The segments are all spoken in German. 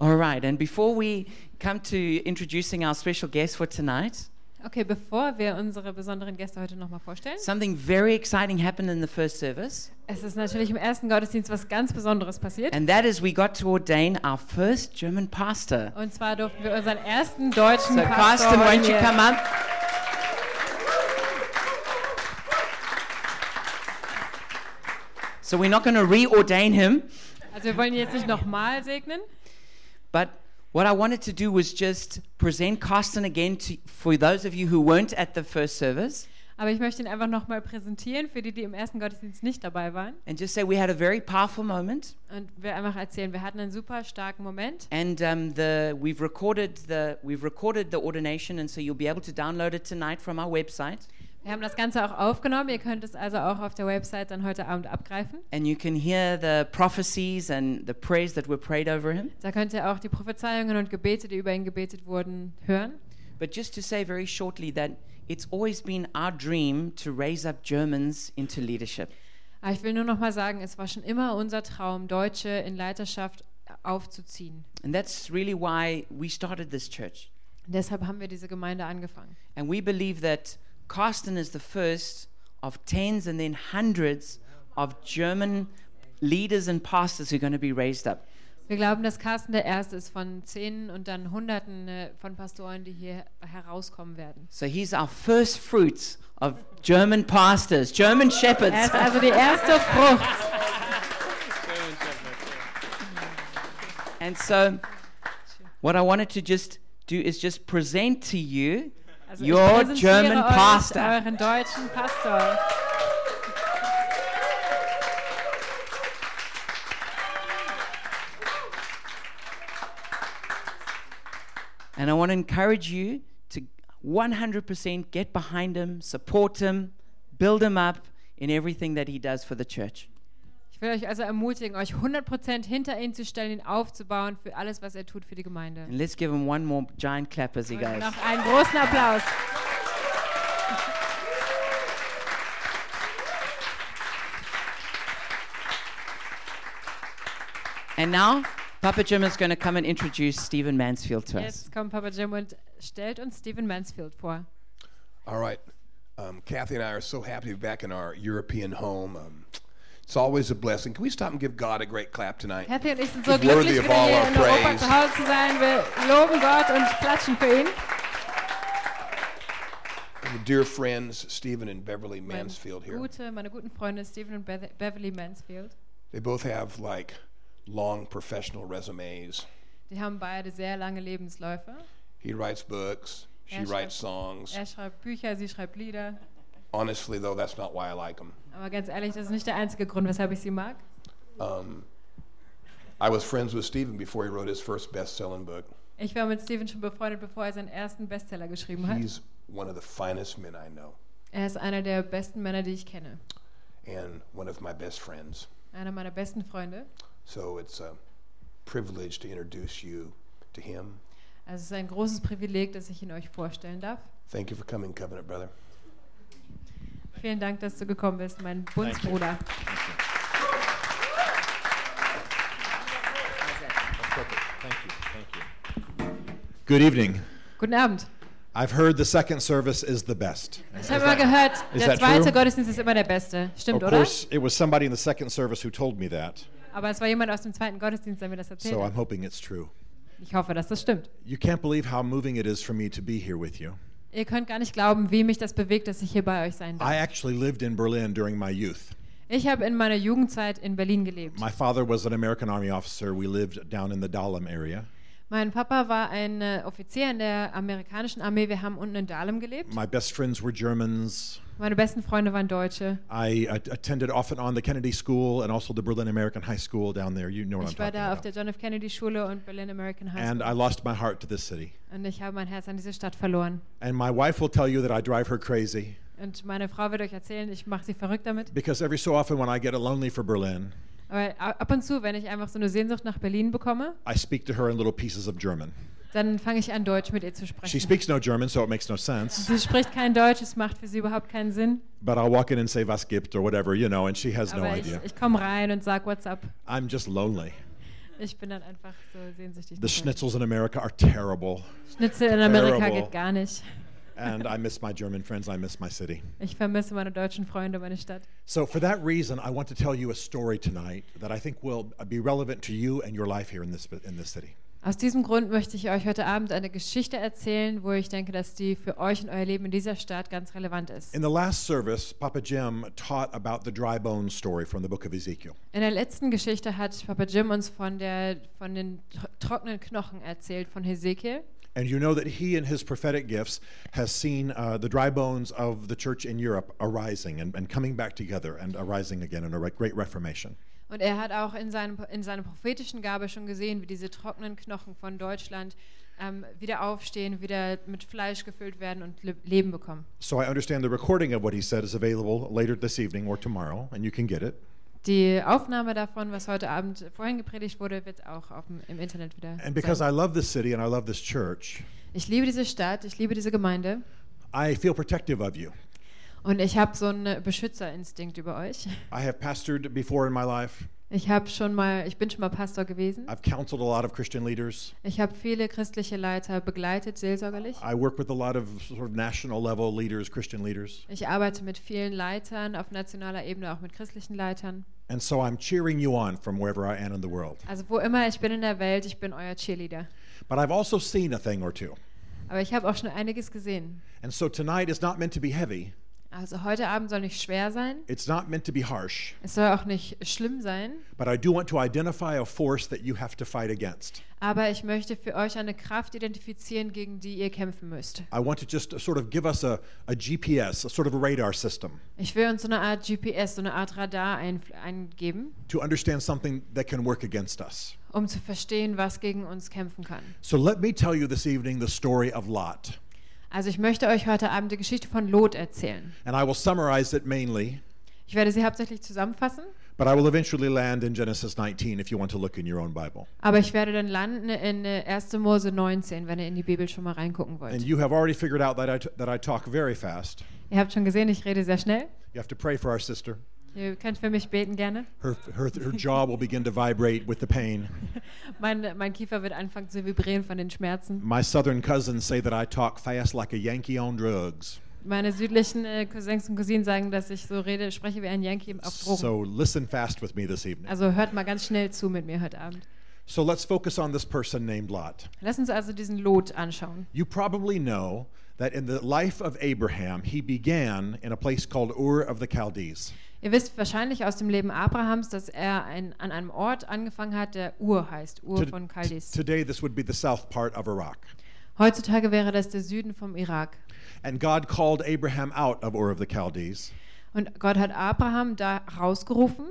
All right, and before we come to introducing our special guest for tonight, Okay, bevor wir unsere besonderen Gäste heute nochmal vorstellen. something very exciting happened in the first service, Es ist natürlich im ersten Gottesdienst was ganz Besonderes passiert. and that is we got to ordain our first German pastor. Und zwar durften wir unseren ersten deutschen So, Pastor Carsten, why don't you hier- come up? So, we're not going to reordain him, Also wir wollen ihn jetzt nicht nochmal segnen, but what I wanted to do was just present Carsten again to, for those of you who weren't at the first service aber ich möchte ihn einfach nochmal präsentieren für die, die im ersten Gottesdienst nicht dabei waren. and just say we had a very powerful moment. Und wir einfach erzählen, wir hatten einen super starken Moment. And um, the, we've, recorded the, we've recorded the ordination, and so you'll be able to download it tonight from our website. Wir haben das Ganze auch aufgenommen. Ihr könnt es also auch auf der Website dann heute Abend abgreifen. And you can hear the prophecies and the prayers that were prayed over him. Da könnt ihr auch die Prophezeiungen und Gebete, die über ihn gebetet wurden, hören. But just to say very shortly that it's always been our dream to raise up Germans into leadership. Aber ich will nur noch mal sagen, es war schon immer unser Traum, Deutsche in Leiterschaft aufzuziehen. And that's really why we started this church. Und deshalb haben wir diese Gemeinde angefangen. And we believe that Carsten is the first of tens and then hundreds of German leaders and pastors who are going to be raised up. Wir glauben, dass Carsten der Erste ist von Zehn und dann Hunderten äh, von Pastoren, die hier herauskommen werden. So he's our first fruits of German pastors, German Er shepherds. ist also die erste Frucht. And so what I wanted to just do is just present to you Also Your ich präsentiere German euch pastor. Euren deutschen Pastor. And I want to encourage you to 100% get behind him, support him, build him up in everything that he does for the church. Ich will euch also ermutigen, euch 100% hinter ihn zu stellen, ihn aufzubauen für alles, was er tut für die Gemeinde. And let's give him one more giant clap as he Und goes. noch einen großen Applaus. And now, Papa Jim is going to come and introduce Stephen Mansfield to us. Jetzt kommt Papa Jim und stellt uns Stephen Mansfield vor. All right. Um, Kathy and I are so happy to be back in our European home. Um, it's always a blessing. Can we stop and give God a great clap tonight? Kathy und ich sind so Worthy glücklich, of wieder all hier our in Europa praise. zu Hause zu sein. Wir loben Gott und klatschen für ihn. And the dear friends, Stephen and Beverly Mansfield here. Gute, meine guten Freunde Stephen und Be Beverly Mansfield. They both have like long professional resumes. Die haben beide sehr lange Lebensläufe. He writes books, she Yes, writes sir. songs. Er schreibt Bücher, sie schreibt Lieder. Honestly, though, that's not why I like them. Aber ganz ehrlich, das ist nicht der einzige Grund, weshalb ich sie mag. Um, I was friends with Stephen before he wrote his first best selling book. Ich war mit Stephen schon befreundet, bevor er seinen ersten Bestseller geschrieben hat. He's one of the finest men I know Er ist einer der besten Männer, die ich kenne. and one of my best friends. Einer meiner besten Freunde. So it's a privilege to introduce you to him. Also es ist ein großes Privileg, dass ich ihn euch vorstellen darf. Thank you for coming, covenant brother. Vielen Dank, dass du gekommen bist, mein Bundsbruder. Thank you. Thank you. Good evening. Guten Abend. I've heard the second service is the best. Ich habe immer gehört, is der that zweite true? Gottesdienst ist immer der beste. Of Stimmt, oder? course, it was somebody in the second service who told me that, Aber es war jemand aus dem zweiten Gottesdienst, der mir das erzählt so I'm hat. hoping it's true. Ich hoffe, dass das stimmt. You can't believe how moving it is for me to be here with you. Ihr könnt gar nicht glauben, wie mich das bewegt, dass ich hier bei euch sein darf. I actually lived in Berlin during my youth. Ich habe in meiner Jugendzeit in Berlin gelebt. My father was an American Army officer. We lived down in the Dahlem area. Mein Papa war ein äh, Offizier in der amerikanischen Armee. Wir haben unten in Dahlem gelebt. My best friends were Germans. Meine besten Freunde waren Deutsche. I uh, attended off and on the Kennedy School and also the Berlin American High School down there. You know what Ich war I'm talking da auf about. der John F. Kennedy Schule und Berlin American High And School. I lost my heart to this city. Und ich habe mein Herz an diese Stadt verloren. And my wife will tell you that I drive her crazy. Und meine Frau wird euch erzählen, ich mache sie verrückt damit. Because every so often when I get lonely for Berlin, Aber a- ab und zu, wenn ich einfach so eine Sehnsucht nach Berlin bekomme, I speak to her in little pieces of German. dann fange ich an, Deutsch mit ihr zu She sprechen. speaks no German, so it makes no sense. Sie spricht kein Deutsch, es macht für sie überhaupt keinen Sinn. But I'll walk in and say was gibt or whatever, you know, and she has no Aber ich, idea. ich komme rein und sage What's up. I'm just lonely. Ich bin dann einfach so sehnsüchtig. The nach- schnitzels in America are terrible. Schnitzel in Amerika Terrible. geht gar nicht. And I miss my German friends. I miss my city. Ich vermisse meine deutschen Freunde, meine Stadt. So, for that reason, I want to tell you a story tonight that I think will be relevant to you and your life here in this, in this city. Aus diesem Grund möchte ich euch heute Abend eine Geschichte erzählen, wo ich denke, dass die für euch und euer Leben in dieser Stadt ganz relevant ist. In the last service, Papa Jim taught about the dry bone story from the book of Ezekiel. In der letzten Geschichte hat Papa Jim uns von, der, von den tro- trockenen Knochen erzählt, von Hesekiel. And you know that he and his prophetic gifts has seen uh, the dry bones of the church in Europe arising and, and coming back together and arising again in a re- great reformation. Und er hat auch in, seinem, in seiner prophetischen Gabe schon gesehen, wie diese trockenen Knochen von Deutschland ähm, wieder aufstehen, wieder mit Fleisch gefüllt werden und Le Leben bekommen. So I understand the recording of what he said is available later this evening or tomorrow, and you can get it. Die Aufnahme davon, was heute Abend vorhin gepredigt wurde, wird auch auf dem, im Internet wieder. And because sein. I love this city and I love this church, Ich liebe diese Stadt, ich liebe diese Gemeinde I feel protective of you. und ich habe so einen Beschützerinstinkt über euch. I have pastored before in my life. Ich habe schon mal, ich bin schon mal Pastor gewesen. I've counseled a lot of Christian leaders. Ich habe viele christliche Leiter begleitet seelsorgerlich. I work with a lot of sort of national level leaders, Christian leaders. Ich arbeite mit vielen Leitern auf nationaler Ebene, auch mit christlichen Leitern. And so I'm cheering you on from wherever I am in the world. Also wo immer ich bin in der Welt, ich bin euer Cheerleader. But I've also seen a thing or two. Aber ich habe auch schon einiges gesehen. And so tonight is not meant to be heavy. Also heute Abend soll nicht schwer sein. It's not meant to be harsh. Es soll auch nicht schlimm sein. But I do want to identify a force that you have to fight against. Aber ich möchte für euch eine Kraft identifizieren, gegen die ihr kämpfen müsst. I want to just sort of give us a, a GPS, a sort of a radar system, Ich will uns so eine Art GPS, so eine Art Radar einf- eingeben, to understand something that can work against us. um zu verstehen, was gegen uns kämpfen kann. So let me tell you this evening the story of Lot. Also ich möchte euch heute Abend die Geschichte von Lot erzählen. And I will summarize it mainly, Ich werde sie hauptsächlich zusammenfassen, but I will eventually land in Genesis 19 if you want to look in your own Bible. aber ich werde dann landen in äh, 1. Mose 19, wenn ihr in die Bibel schon mal reingucken And wollt. you have already figured out that I, t- that I talk very fast. Ihr habt schon gesehen, ich rede sehr schnell. You have to pray for our sister. Ihr könnt für mich beten gerne. Her, her, her jaw will begin to vibrate with the pain. Mein, mein Kiefer wird anfangen zu vibrieren von den Schmerzen. My southern cousins say that I talk fast like a Yankee on drugs. Meine südlichen äh, Cousins und Cousinen sagen, dass ich so rede, spreche wie ein Yankee auf Drogen. So listen fast with me this evening. Also hört mal ganz schnell zu mit mir heute Abend. So let's focus on this person named Lot. Lass uns also diesen Lot anschauen. You probably know that in the life of Abraham, he began in a place called Ur of the Chaldees. Ihr wisst wahrscheinlich aus dem Leben Abrahams, dass er ein, an einem Ort angefangen hat, der Ur heißt, Ur To- von t- Chaldis. Today, this would be the south part of Iraq. Heutzutage wäre das der Süden vom Irak. And God called Abraham out of Ur of the Chaldees Und Gott hat Abraham da rausgerufen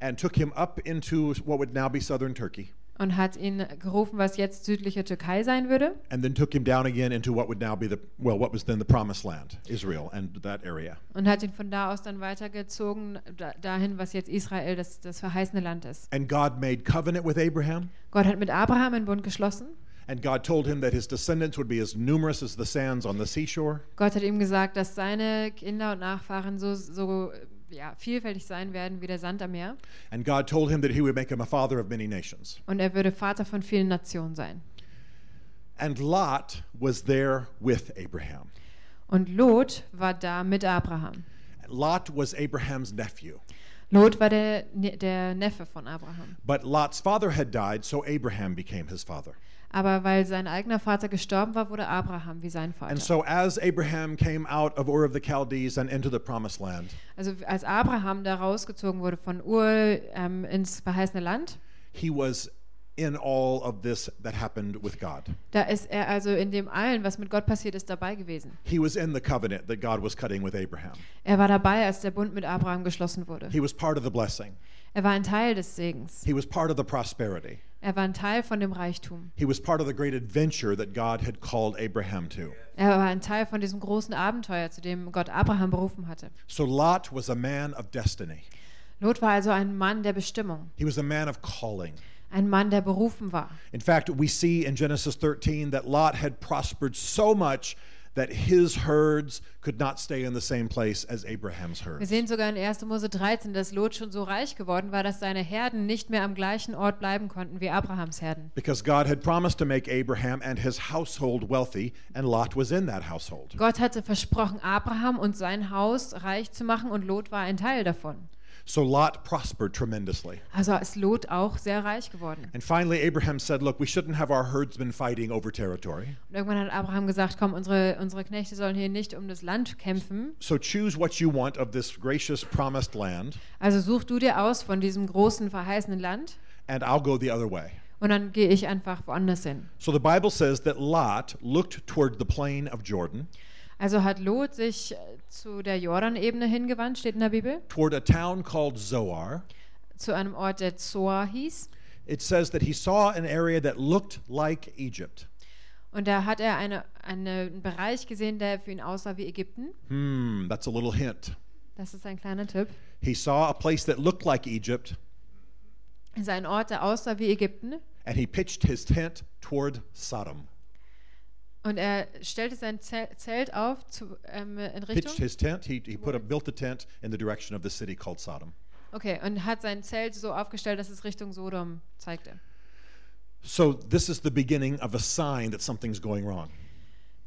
and took him up into what would now be southern Turkey, und hat ihn gerufen, was jetzt südliche Türkei sein würde. and then took him down again into what would now be the, well, what was then the promised land, Israel, and that area. Und hat ihn von da aus dann weitergezogen, da, dahin, was jetzt Israel, das, das verheißene Land ist. And God made covenant with Abraham, Gott hat mit Abraham einen Bund geschlossen. and God told him that his descendants would be as numerous as the sands on the seashore. Gott hat ihm gesagt, dass seine Kinder und Nachfahren so, so ja, vielfältig sein werden wie der Sand am Meer. And God told him that he would make him a father of many nations. Und er würde Vater von vielen Nationen sein. And Lot was there with Abraham. Und Lot war da mit Abraham. Lot was Abraham's nephew. Lot war der, Ne- der Neffe von Abraham. But Lot's father had died, so Abraham became his father. Aber weil sein eigener Vater gestorben war, wurde Abraham wie sein And Vater. so, as Abraham came out of Ur of the Chaldees and into the promised land, Also als Abraham da rausgezogen wurde von Ur ähm, ins verheißene Land, he was in all of this that happened with God. da ist er also in dem allen, was mit Gott passiert ist, dabei gewesen. He was in the covenant that God was cutting with Abraham. Er war dabei, als der Bund mit Abraham geschlossen wurde. He was part of the blessing, Er war ein Teil des Segens. he was part of the prosperity, Er war ein Teil von dem Reichtum. he was part of the great adventure that God had called Abraham to. Er war ein Teil von diesem großen Abenteuer, zu dem Gott Abraham berufen hatte. So Lot was a man of destiny. Lot war also ein Mann der Bestimmung, He was a man of calling. ein Mann, der berufen war. In fact, we see in Genesis 13 that Lot had prospered so much that his herds could not stay in the same place as Abraham's Wir herds. sehen sogar in 1. Mose 13, dass Lot schon so reich geworden war, dass seine Herden nicht mehr am gleichen Ort bleiben konnten wie Abrahams Herden. Because God had promised to make Abraham and his household wealthy, and Lot was in that household. Gott hatte versprochen, Abraham und sein Haus reich zu machen und Lot war ein Teil davon. So Lot prospered tremendously. Also ist Lot auch sehr reich geworden. And finally, Abraham said, Look, we shouldn't have our herdsmen fighting over territory. Und irgendwann hat Abraham gesagt, komm, unsere, unsere Knechte sollen hier nicht um das Land kämpfen. So choose what you want of this gracious promised land, Also such du dir aus von diesem großen verheißenen Land and I'll go the other way. und dann gehe ich einfach woanders hin. So the Bible says that Lot looked toward the plain of Jordan, Also hat Lot sich äh, zu der Jordanebene hingewandt, steht in der Bibel, toward a town called Zoar. zu einem Ort, der Zoar hieß. It says that he saw an area that looked like Egypt. Und da hat er eine, eine, einen Bereich gesehen, der für ihn aussah wie Ägypten. Hmm, that's a little hint. Das ist ein kleiner Tipp. He saw a place that looked like Egypt, Es ist ein Ort, der aussah wie Ägypten. and he pitched his tent toward Sodom. Und er stellte sein Zel- Zelt auf zu, ähm, in Richtung. Pitched his tent. He, he put a, built a tent in the direction of the city called Sodom. Okay, und hat sein Zelt so aufgestellt, dass es Richtung Sodom zeigte. So this is the beginning of a sign that something's going wrong.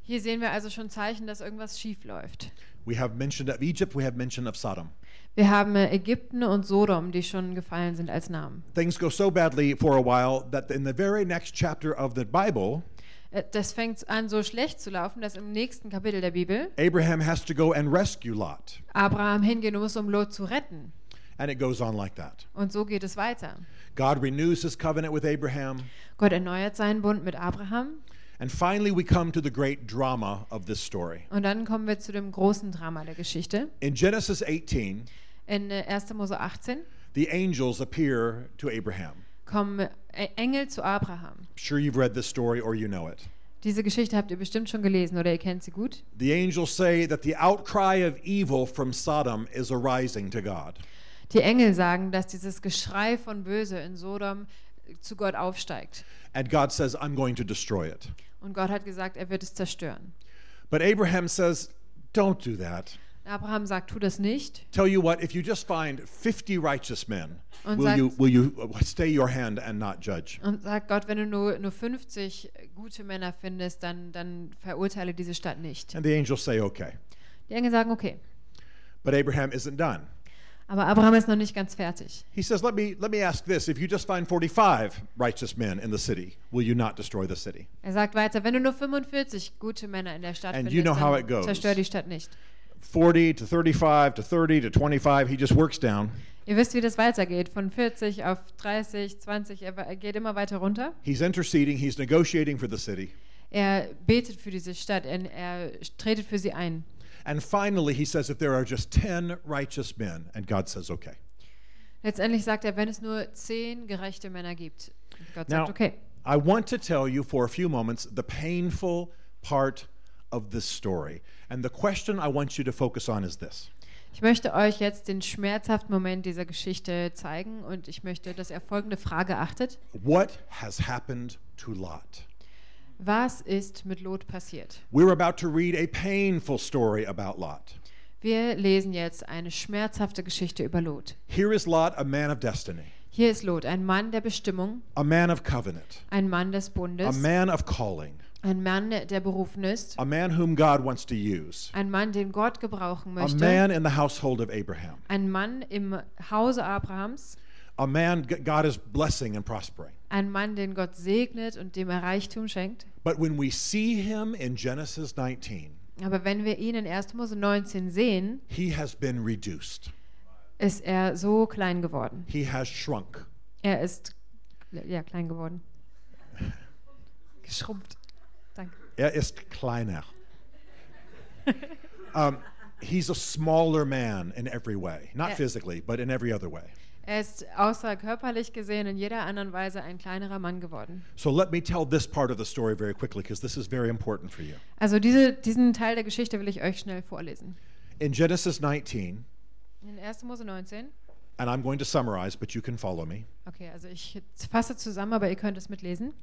Hier sehen wir also schon Zeichen, dass irgendwas schief läuft. We have mention of Egypt. We have mention of Sodom. Wir haben äh, Ägypten und Sodom, die schon gefallen sind als Namen. Things go so badly for a while that in the very next chapter of the Bible, Äh, Das fängt an so schlecht zu laufen, dass im nächsten Kapitel der Bibel Abraham has to go and rescue Lot, Abraham hingehen muss, um Lot zu retten. and it goes on like that. Und so geht es weiter. God renews his covenant with Abraham, Gott erneuert seinen Bund mit Abraham and finally we come to the great drama of this story. und dann kommen wir zu dem großen Drama der Geschichte. In Genesis 18, In äh, 1. Mose 18 the angels appear to Abraham. kommen äh, Engel zu Abraham. I'm sure you've read this story or you know it. Diese Geschichte habt ihr bestimmt schon gelesen oder ihr kennt sie gut. The angels say that the outcry of evil from Sodom is arising to God. Die Engel sagen, dass dieses Geschrei von Böse in Sodom zu Gott aufsteigt. And God says, I'm going to destroy it. Und Gott hat gesagt, er wird es zerstören. But Abraham says, Don't do that. Abraham sagt, tu das nicht. Tell you what, if you just find 50 righteous men, Und will sagt- you, will you uh, stay your hand and not judge? Und sagt Gott, wenn du nur, nur 50 gute Männer findest, dann, dann verurteile diese Stadt nicht. And the angels say, Okay. Die Engel sagen, okay. But Abraham isn't done. Aber Abraham ist noch nicht ganz fertig. He says, let me, let me ask this. If you just find 45 righteous men in the city, will you not destroy the city? Er sagt weiter, wenn du nur 45 gute Männer in der Stadt And findest, you know how it dann goes. zerstör die Stadt nicht. 40 to 35 to 30 to 25, he just works down. Ihr wisst, wie das weitergeht. Von 40 auf 30, 20, er wa- er geht immer weiter runter. He's interceding, he's negotiating for the city. Er betet für diese Stadt, er, er tretet für sie ein. And finally, he says, If there are just 10 righteous men, and God says, Okay. Letztendlich sagt er, wenn es nur 10 gerechte Männer gibt. Und Gott Now, sagt, okay. I want to tell you for a few moments the painful part of this story. And the question I want you to focus on is this Ich möchte euch jetzt den schmerzhaften Moment dieser Geschichte zeigen und ich möchte, dass ihr folgende Frage achtet. What has happened to Lot? Was ist mit Lot passiert? We're about to read a painful story about Lot. Wir lesen jetzt eine schmerzhafte Geschichte über Lot. Here is Lot, a man of destiny, Hier ist Lot, ein Mann der Bestimmung, a man of covenant, ein Mann des a Bundes, man of calling, ein Mann, der berufen ist, a man whom God wants to use, ein Mann, den Gott gebrauchen a möchte, man in the household of Abraham, ein Mann im Hause Abrahams, a man g- God is blessing and prospering. ein Mann, den Gott segnet und dem er Reichtum schenkt. But when we see him in Genesis 19, Aber wenn wir ihn in 1. Mose 19 sehen, he has been reduced. ist er so klein geworden. He has shrunk. Er ist ja klein geworden. Geschrumpft. Danke. Er ist kleiner. um, he's a smaller man in every way, not Yeah. physically, but in every other way. Er ist außer körperlich gesehen in jeder anderen Weise ein kleinerer Mann geworden. So let me tell this part of the story very quickly because this is very important for you. Also diese, diesen Teil der Geschichte will ich euch schnell vorlesen. In Genesis 19, In 1. Mose 19. and I'm going to summarize, but you can follow me. Okay, also ich fasse zusammen, aber ihr könnt es mitlesen.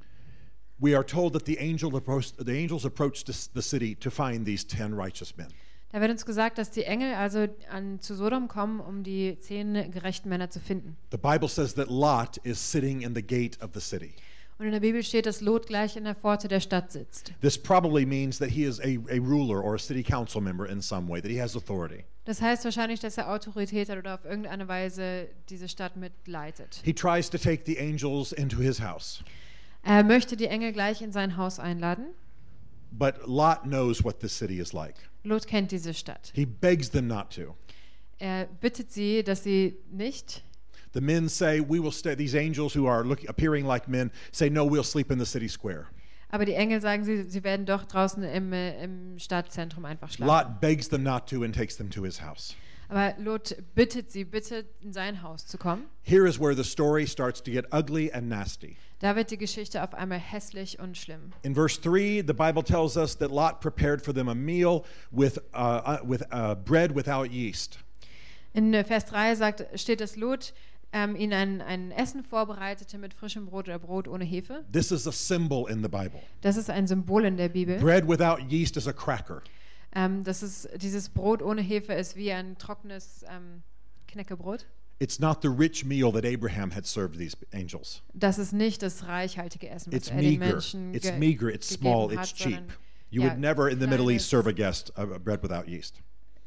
we are told that the, angel approached, the angels approached this- the city to find these 10 righteous men. Da wird uns gesagt, dass die Engel also an, zu Sodom kommen, um die zehn gerechten Männer zu finden. The Bible says that Lot is sitting in the gate of the city. Und in der Bibel steht, dass Lot gleich in der Pforte der Stadt sitzt. This probably means that he is a, a ruler or a city council member in some way, that he has authority. Das heißt wahrscheinlich, dass er Autorität hat oder auf irgendeine Weise diese Stadt mitleitet. He tries to take the angels into his house, Er möchte die Engel gleich in sein Haus einladen. but Lot knows what this city is like. Lot kennt diese Stadt. He begs them not to. Er bittet sie, dass sie nicht. The men say, "We will stay." These angels who are look, appearing like men say, "No, we'll sleep in the city square." Aber die Engel sagen, sie, sie werden doch draußen im, äh, im Stadtzentrum einfach schlafen. Lot begs them not to and takes them to his house. Aber Lot bittet sie, bitte in sein Haus zu kommen. Here is where the story starts to get ugly and nasty. Da wird die Geschichte auf einmal hässlich und schlimm. In verse three, the Bible tells us that Lot prepared for them a meal with uh, uh, with uh, bread without yeast. In äh, Vers 3 sagt, steht, dass Lot ähm, ihnen ein, ein Essen vorbereitete mit frischem Brot oder Brot ohne Hefe. This is a symbol in the Bible. Das ist ein Symbol in der Bibel. Bread without yeast is a cracker. Ähm, das ist, dieses Brot ohne Hefe ist wie ein trockenes ähm, Knäckebrot. It's not the rich meal that Abraham had served these angels. Das ist nicht das reichhaltige Essen, was It's er den meager. Menschen It's ge- meager. It's gegeben small. hat, It's cheap. sondern- You ja, would never in the Middle kleines- East serve a guest uh, bread without yeast.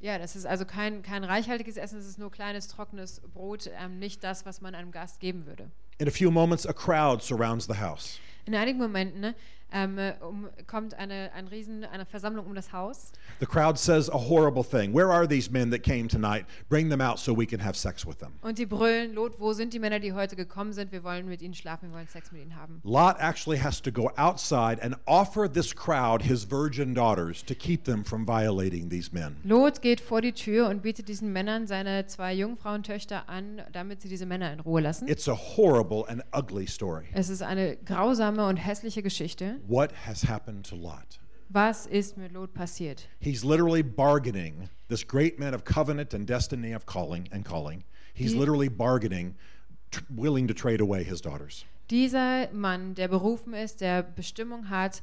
Ja, das ist also kein, kein reichhaltiges Essen, es ist nur kleines, trockenes Brot, ähm, nicht das, was man einem Gast geben würde. In a few moments, a crowd surrounds the house. In einigen Momenten ne, ähm, äh, um, kommt eine, ein Riesen, eine Versammlung um das Haus. The crowd says a horrible thing. Where are these men that came tonight? Bring them out so we can have sex with them. Und die brüllen, Lot, wo sind die Männer, die heute gekommen sind? Wir wollen mit ihnen schlafen, wir wollen Sex mit ihnen haben. Lot actually has to go outside and offer this crowd his virgin daughters to keep them from violating these men. Lot geht vor die Tür und bietet diesen Männern seine zwei Jungfrauentöchter an, damit sie diese Männer in Ruhe lassen. It's a horrible and ugly story. es ist eine grausame und hässliche Geschichte. What has happened to Lot? Was ist mit Lot passiert? He's literally bargaining this great man of covenant and destiny of calling and calling. He's He- literally bargaining, tr- willing to trade away his daughters. Dieser Mann, der berufen ist, der Bestimmung hat,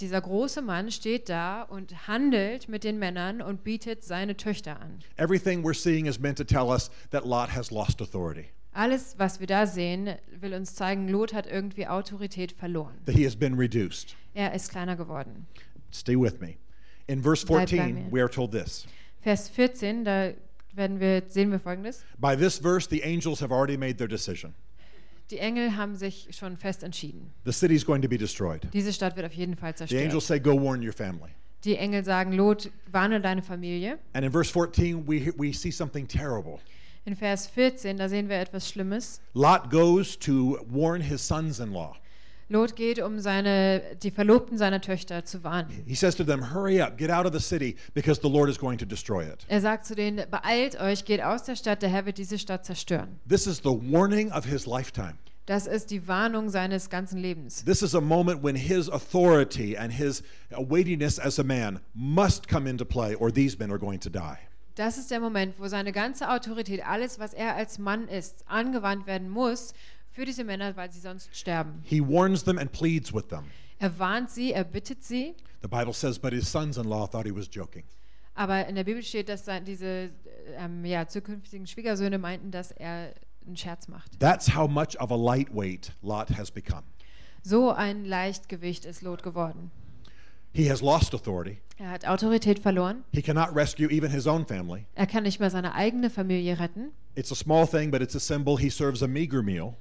dieser große Mann steht da und handelt mit den Männern und bietet seine Töchter an. Everything we're seeing is meant to tell us that Lot has lost authority, Alles, was wir da sehen, will uns zeigen, Lot hat irgendwie Autorität verloren. that he has been reduced. Er ist kleiner geworden. Stay with me. In verse Bye, 14, Brian. we are told this. Vers 14, da werden wir, sehen wir Folgendes. By this verse, the angels have already made their decision. Die Engel haben sich schon fest entschieden. The city's going to be destroyed. Diese Stadt wird auf jeden Fall The angels zerstört. say, Go warn your family. Die Engel sagen, Lot, warne deine Familie. And in verse 14, we, we see something terrible. In Vers 14, da sehen wir etwas Schlimmes. Lot goes to warn his sons in law. Lot geht, um seine, die Verlobten seiner Töchter zu warnen. He says to them, Hurry up, get out of the city, because the Lord is going to destroy it. Er sagt zu denen, beeilt euch, geht aus der Stadt, der Herr wird diese Stadt zerstören. This is the warning of his lifetime. Das ist die Warnung seines ganzen Lebens. This is a moment when his authority and his weightiness as a man must come into play, or these men are going to die. Das ist der Moment, wo seine ganze Autorität, alles, was er als Mann ist, angewandt werden muss für diese Männer, weil sie sonst sterben. He warns them and pleads with them. Er warnt sie, er bittet sie, The Bible says, But his sons in law thought he was joking. aber in der Bibel steht, dass sein- diese äh, ähm, ja, zukünftigen Schwiegersöhne meinten, dass er einen Scherz macht. That's how much of a lightweight Lot has become. So ein Leichtgewicht ist Lot geworden. He has lost authority. Er hat Autorität verloren. He cannot rescue even his own family. Er kann nicht mehr seine eigene Familie retten. It's a small thing, but it's a symbol. He serves a meager meal.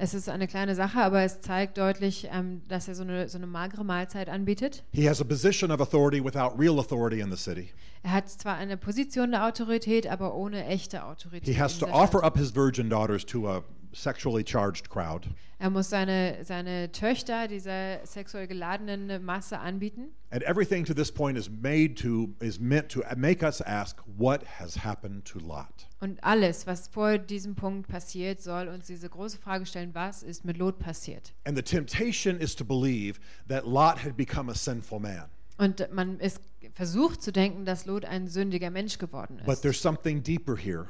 Es ist eine kleine Sache, aber es zeigt deutlich, ähm, dass er so eine, so eine magere Mahlzeit anbietet. He has a position of authority without real authority in the city. Er hat zwar eine Position der Autorität, aber ohne echte Autorität. He has in to dieser offer Stadt. up his virgin daughters to a sexually charged crowd. Er muss seine, seine Töchter dieser sexuell geladenen Masse anbieten. And everything to this point is made to is meant to make us ask what has happened to Lot. Und alles, was vor diesem Punkt passiert, soll uns diese große Frage stellen, was ist mit Lot passiert? And the temptation is to believe that Lot had become a sinful man. Und man ist versucht zu denken, dass Lot ein sündiger Mensch geworden But ist. there's something deeper here.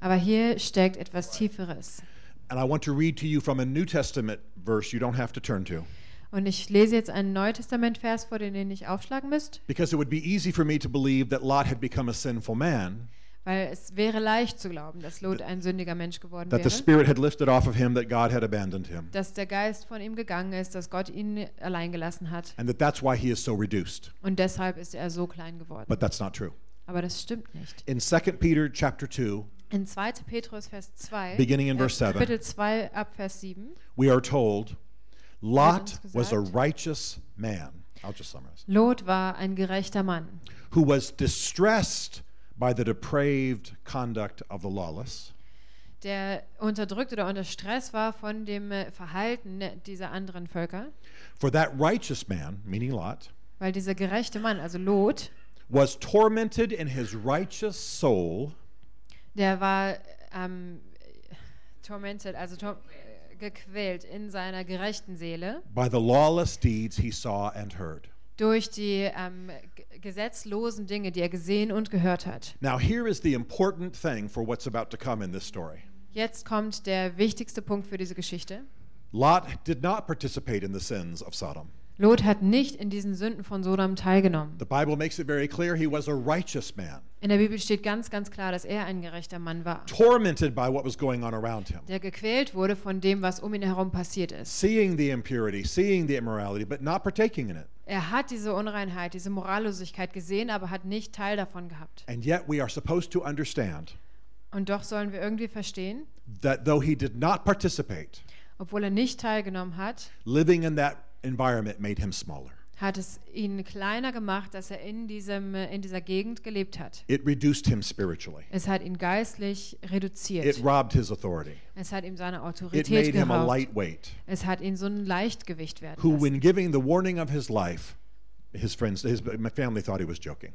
Aber hier steckt etwas Tieferes. And I want to read to you from a New Testament verse you don't have to turn to. Und ich lese jetzt einen Neutestament-Vers vor, den ihr nicht aufschlagen müsst, because it would be easy for me to believe that Lot had become a sinful man, weil es wäre leicht zu glauben, dass Lot ein sündiger Mensch geworden that the wäre, Spirit had lifted off of him, that God had abandoned him, dass der Geist von ihm gegangen ist, dass Gott ihn allein gelassen hat and that that's why he is so reduced. und deshalb ist er so klein geworden. But that's not true. Aber das stimmt nicht. In 2 Peter chapter 2, In 2. Petrus Vers 2, Beginning in äh, verse seven. Kapitel 2 ab Vers 7, we are told Lot uns was a gesagt. righteous man. I'll just summarize. Lot war ein gerechter Mann, Who was distressed by the depraved conduct of the lawless, der unterdrückt oder unter Stress war von dem äh, Verhalten dieser anderen Völker, for that righteous man, meaning Lot, weil dieser gerechte Mann, also Lot, was tormented in his righteous soul Der war ähm, tormented, also tor äh, gequält in seiner gerechten Seele by the lawless deeds he saw and heard. durch die ähm, g- gesetzlosen Dinge, die er gesehen und gehört hat. Now, here is the important thing for what's about to come in this story. Jetzt kommt der wichtigste Punkt für diese Geschichte. Lot did not participate in the sins of Sodom. Lot hat nicht in diesen Sünden von Sodom teilgenommen. The Bible makes it very clear he was a righteous man, In der Bibel steht ganz, ganz klar, dass er ein gerechter Mann war, tormented by what was going on around him, der gequält wurde von dem, was um ihn herum passiert ist. seeing the impurity, seeing the immorality, but not partaking in it. Er hat diese Unreinheit, diese Morallosigkeit gesehen, aber hat nicht Teil davon gehabt. And yet, we are supposed to understand Und doch sollen wir irgendwie verstehen, that though he did not participate, obwohl er nicht teilgenommen hat, living in that environment made him smaller. hat es ihn kleiner gemacht, dass er in, diesem, äh, in dieser Gegend gelebt hat. It reduced him spiritually. Es hat ihn geistlich It reduziert. robbed his authority. Es hat ihm seine It Autorität made him a geraubt. lightweight Es hat ihn so ein Leichtgewicht werden who, lassen. when giving the warning of his life, his friends, his my family thought he was joking.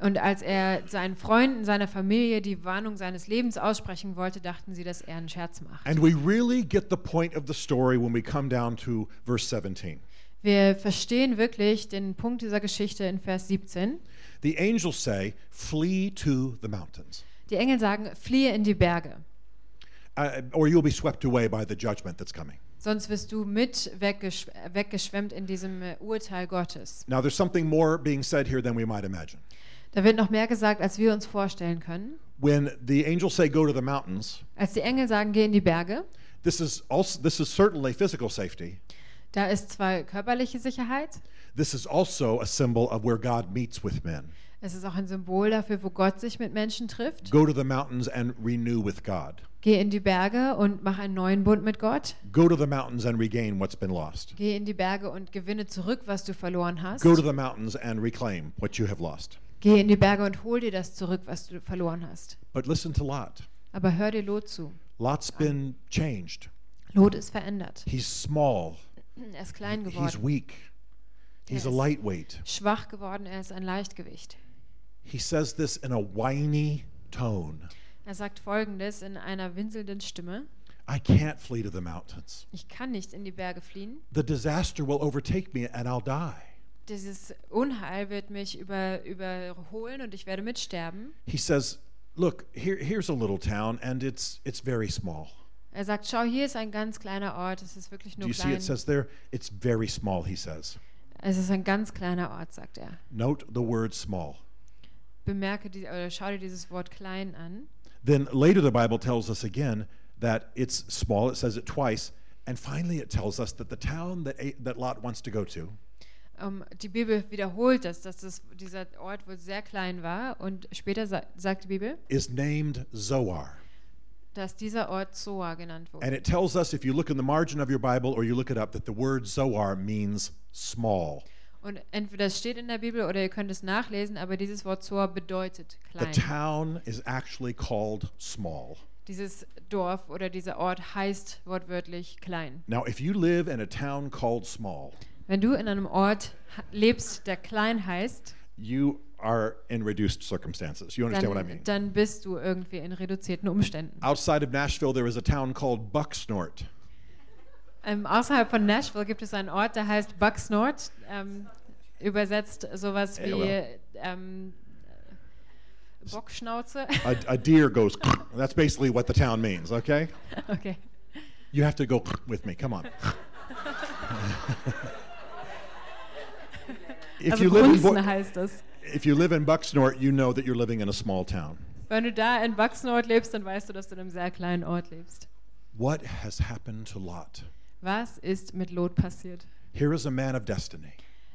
Und als er seinen Freunden, seiner Familie die Warnung seines Lebens aussprechen wollte, dachten sie, dass er einen Scherz macht. And we really get the point of the story when we come down to verse 17. Wir verstehen wirklich den Punkt dieser Geschichte in Vers 17. The angels say, Flee to the mountains, Die Engel sagen, fliehe in die Berge, uh, or you'll be swept away by the judgment that's coming. sonst wirst du mit weggesch äh, weggeschwemmt in diesem äh, Urteil Gottes. Now, there's something more being said here than we might imagine. Da wird noch mehr gesagt, als wir uns vorstellen können. When the angels say, Go to the mountains, Als die Engel sagen, geh in die Berge, this is, also, this is certainly physical safety. da ist zwar körperliche Sicherheit, This is also a symbol of where God meets with men. es ist auch ein Symbol dafür, wo Gott sich mit Menschen trifft. Go to the mountains and renew with God. Geh in die Berge und mach einen neuen Bund mit Gott. Go to the mountains and regain what's been lost. Geh in die Berge und gewinne zurück, was du verloren hast. Go to the mountains and reclaim what you have lost. Geh in die Berge und hol dir das zurück, was du verloren hast. But listen to Lot. Aber hör dir Lot zu. Lot's been changed. Lot ist verändert. He's small. Er ist klein He's geworden, weak. He's a Yes. lightweight. schwach geworden, er ist ein Leichtgewicht. He says this in a whiny tone. Er sagt folgendes in einer winselnden Stimme: I can't flee to the mountains. Ich kann nicht in die Berge fliehen. The disaster will overtake me and I'll die. dieses Unheil wird mich über, überholen und ich werde mitsterben. He says, "Look, here, here's a little town and it's it's very small." Er sagt, schau, hier ist ein ganz kleiner Ort, es ist wirklich Do nur you see klein. it says there? It's very small, he says. Es ist ein ganz kleiner Ort, sagt er. Note the word small. Bemerke die, oder schau dir dieses Wort klein an. Then later the Bible tells us again that it's small. It says it twice. And finally it tells us that the town that, A- that Lot wants to go to Ähm, die Bibel wiederholt das, dass das, dieser Ort wohl sehr klein war und später sa sagt die Bibel, is named Zoar. dass dieser Ort Zoar genannt wurde. And it tells us, if you look in the margin of your Bible or you look it up, that the word Zoar means small. Und entweder es steht in der Bibel oder ihr könnt es nachlesen, aber dieses Wort Zoar bedeutet The klein. town is actually called small. Dieses Dorf oder dieser Ort heißt wortwörtlich klein. Now, if you live in a town called small, Wenn du in einem Ort ha- lebst, der klein heißt, you are in reduced circumstances. You understand what I mean? dann, dann bist du irgendwie in reduzierten Umständen. Outside of Nashville, there is a town called Bucksnort. Ähm, außerhalb von Nashville gibt es einen Ort, der heißt Bucksnort. Ähm, übersetzt sowas Ey, wie oder? ähm, äh, Bockschnauze. A, a deer goes. That's basically what the town means. Okay, okay. you have to go with me. Come on. If also you live in Brunsten Bo- heißt es. If you live in Bucksnort, you know that you're living in a small town. Wenn du da in Buxnord lebst, dann weißt du, dass du in einem sehr kleinen Ort lebst. What has happened to Lot? Was ist mit Lot passiert? Here is a man of destiny.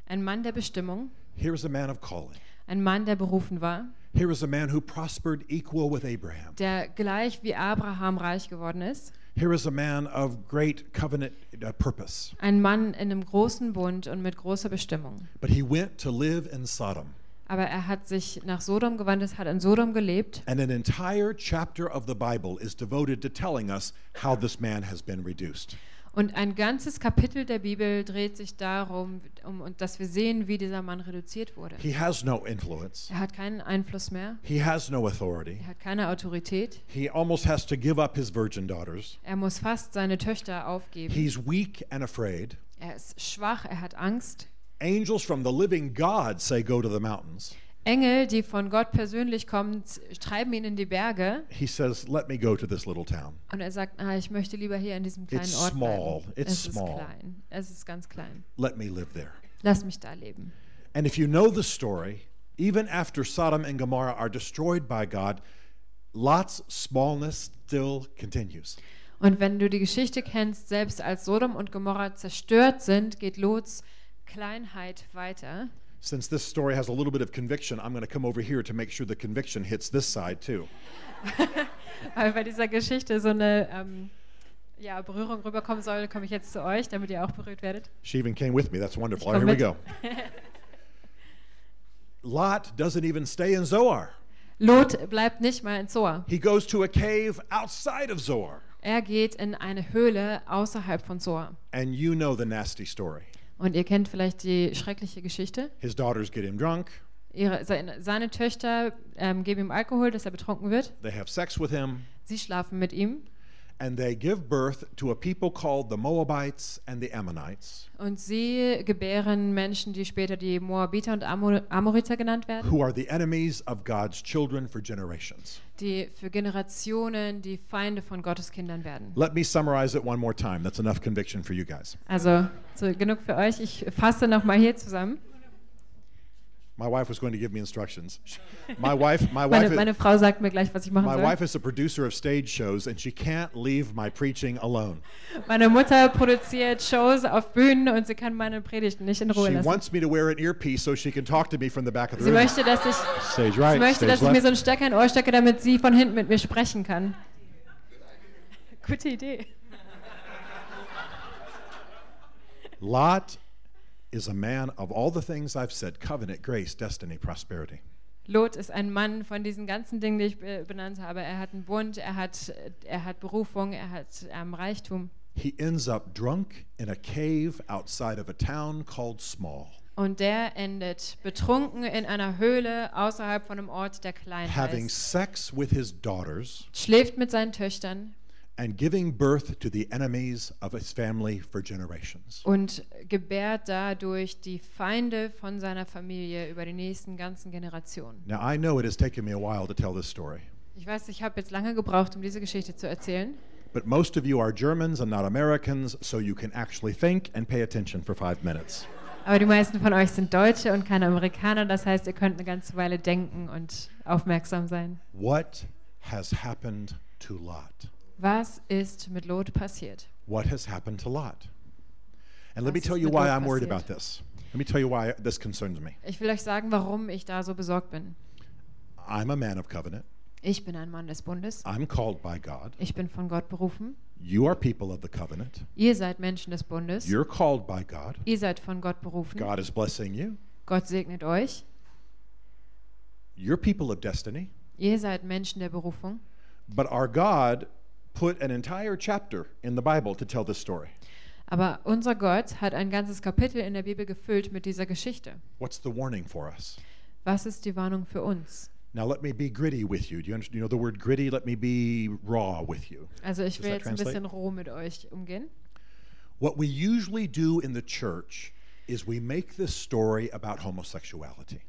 Ein Mann der Bestimmung, Here is a man of calling. ein Mann, der berufen war, Here is a man who prospered equal with Abraham. der gleich wie Abraham reich geworden ist, Here is a man of great covenant uh, purpose. ein Mann in einem großen Bund und mit großer Bestimmung. But he went to live in Sodom. Aber er hat sich nach Sodom gewandt, es hat in Sodom gelebt. And an entire chapter of the Bible is devoted to telling us how this man has been reduced. Und ein ganzes Kapitel der Bibel dreht sich darum, um, und dass wir sehen, wie dieser Mann reduziert wurde. He has no influence, Er hat keinen Einfluss mehr, he has no authority. er hat keine Autorität, He almost has to give up his virgin daughters. er muss fast seine Töchter aufgeben. He's weak and afraid. Er ist schwach, er hat Angst. Angels from the living God say, Go to the mountains. Engel, die von Gott persönlich kommen, z- treiben ihn in die Berge He says, Let me go to this little town. und er sagt, ah, ich möchte lieber hier in diesem kleinen It's Ort small. bleiben. It's es small. ist klein, es ist ganz klein. Let me live there. Lass mich da leben. And if you know the story, even after Sodom and Gomorrah are destroyed by God, Lot's smallness still continues. Und wenn du die Geschichte kennst, selbst als Sodom und Gomorra zerstört sind, geht Lots Kleinheit weiter. Since this story has a little bit of conviction, I'm going to come over here to make sure the conviction hits this side too. Weil bei dieser Geschichte so eine ähm, ja, Berührung rüberkommen soll, komme ich jetzt zu euch, damit ihr auch berührt werdet. She even came with me. That's wonderful. All right, Come here we go. with- Lot doesn't even stay in Zoar. Lot bleibt nicht mal in Zoar. He goes to a cave outside of Zoar. Er geht in eine Höhle außerhalb von Zoar. And you know the nasty story. Und ihr kennt vielleicht die schreckliche Geschichte. His daughters get him drunk. Ihre, seine, seine Töchter ähm, geben ihm Alkohol, dass er betrunken wird. They have sex with him. Sie schlafen mit ihm and they give birth to a people called the Moabites and the Ammonites, und sie gebären Menschen, die später die Moabiter und Amor Amoriter genannt werden, who are the enemies of God's children for generations. die für Generationen die Feinde von Gottes Kindern werden. Let me summarize it one more time. That's enough conviction for you guys. Also so, genug für euch. Ich fasse nochmal hier zusammen. My wife was going to give me instructions. My wife, my wife, Meine, meine Frau sagt mir gleich, was ich machen my wife soll. is a producer of stage shows, and she can't leave my preaching alone. Meine Mutter produziert Shows auf Bühnen und sie kann meine Predigten nicht in Ruhe She lassen. wants me to wear an earpiece so she can talk to me from the back of the Sie room. möchte, dass ich Stage Ich right, möchte, stage dass ich mir so left. einen Stecker in Ohr stecke, damit sie von hinten mit mir sprechen kann. Gute Idee. Lot is a man of all the things I've said: covenant, grace, destiny, prosperity. Lot ist ein Mann von diesen ganzen Dingen, die ich be benannt habe. Er hat einen Bund, er hat, er hat Berufung, er hat ähm, Reichtum. He ends up drunk in a cave outside of a town called Small, Und der endet betrunken in einer Höhle außerhalb von einem Ort, der klein having ist. sex with his daughters Schläft mit seinen Töchtern and giving birth to the enemies of his family for generations. und gebärt dadurch die Feinde von seiner Familie über die nächsten ganzen Generationen. Now, I know it has taken me a while to tell this story, Ich weiß, ich habe jetzt lange gebraucht, um diese Geschichte zu erzählen. but most of you are Germans and not Americans, so you can actually think and pay attention for five minutes. Aber die meisten von euch sind Deutsche und keine Amerikaner. Das heißt, ihr könnt eine ganze Weile denken und aufmerksam sein. What has happened to Lot? Was ist mit Lot passiert? What has happened to Lot? And let Was me ist tell you mit why Lot I'm worried passiert? about this. Let me tell you why this concerns me. Ich will euch sagen, warum ich da so besorgt bin. I'm a man of covenant. Ich bin ein Mann des Bundes. I'm called by God. Ich bin von Gott berufen. You are people of the covenant. Ihr seid Menschen des Bundes. You're called by God. Ihr seid von Gott berufen. God is blessing you. Gott segnet euch. You're people of destiny. Ihr seid Menschen der Berufung. But our God put an entire chapter in the Bible to tell this story. Aber unser Gott hat ein ganzes Kapitel in der Bibel gefüllt mit dieser Geschichte. What's the warning for us? Was ist die Warnung für uns? Now, let me be gritty with you. Do you, under- you know the word gritty? Let me be raw with you. Also ich Does will that jetzt ein translate? bisschen roh mit euch umgehen. What we usually do in the church is we make this story about homosexuality.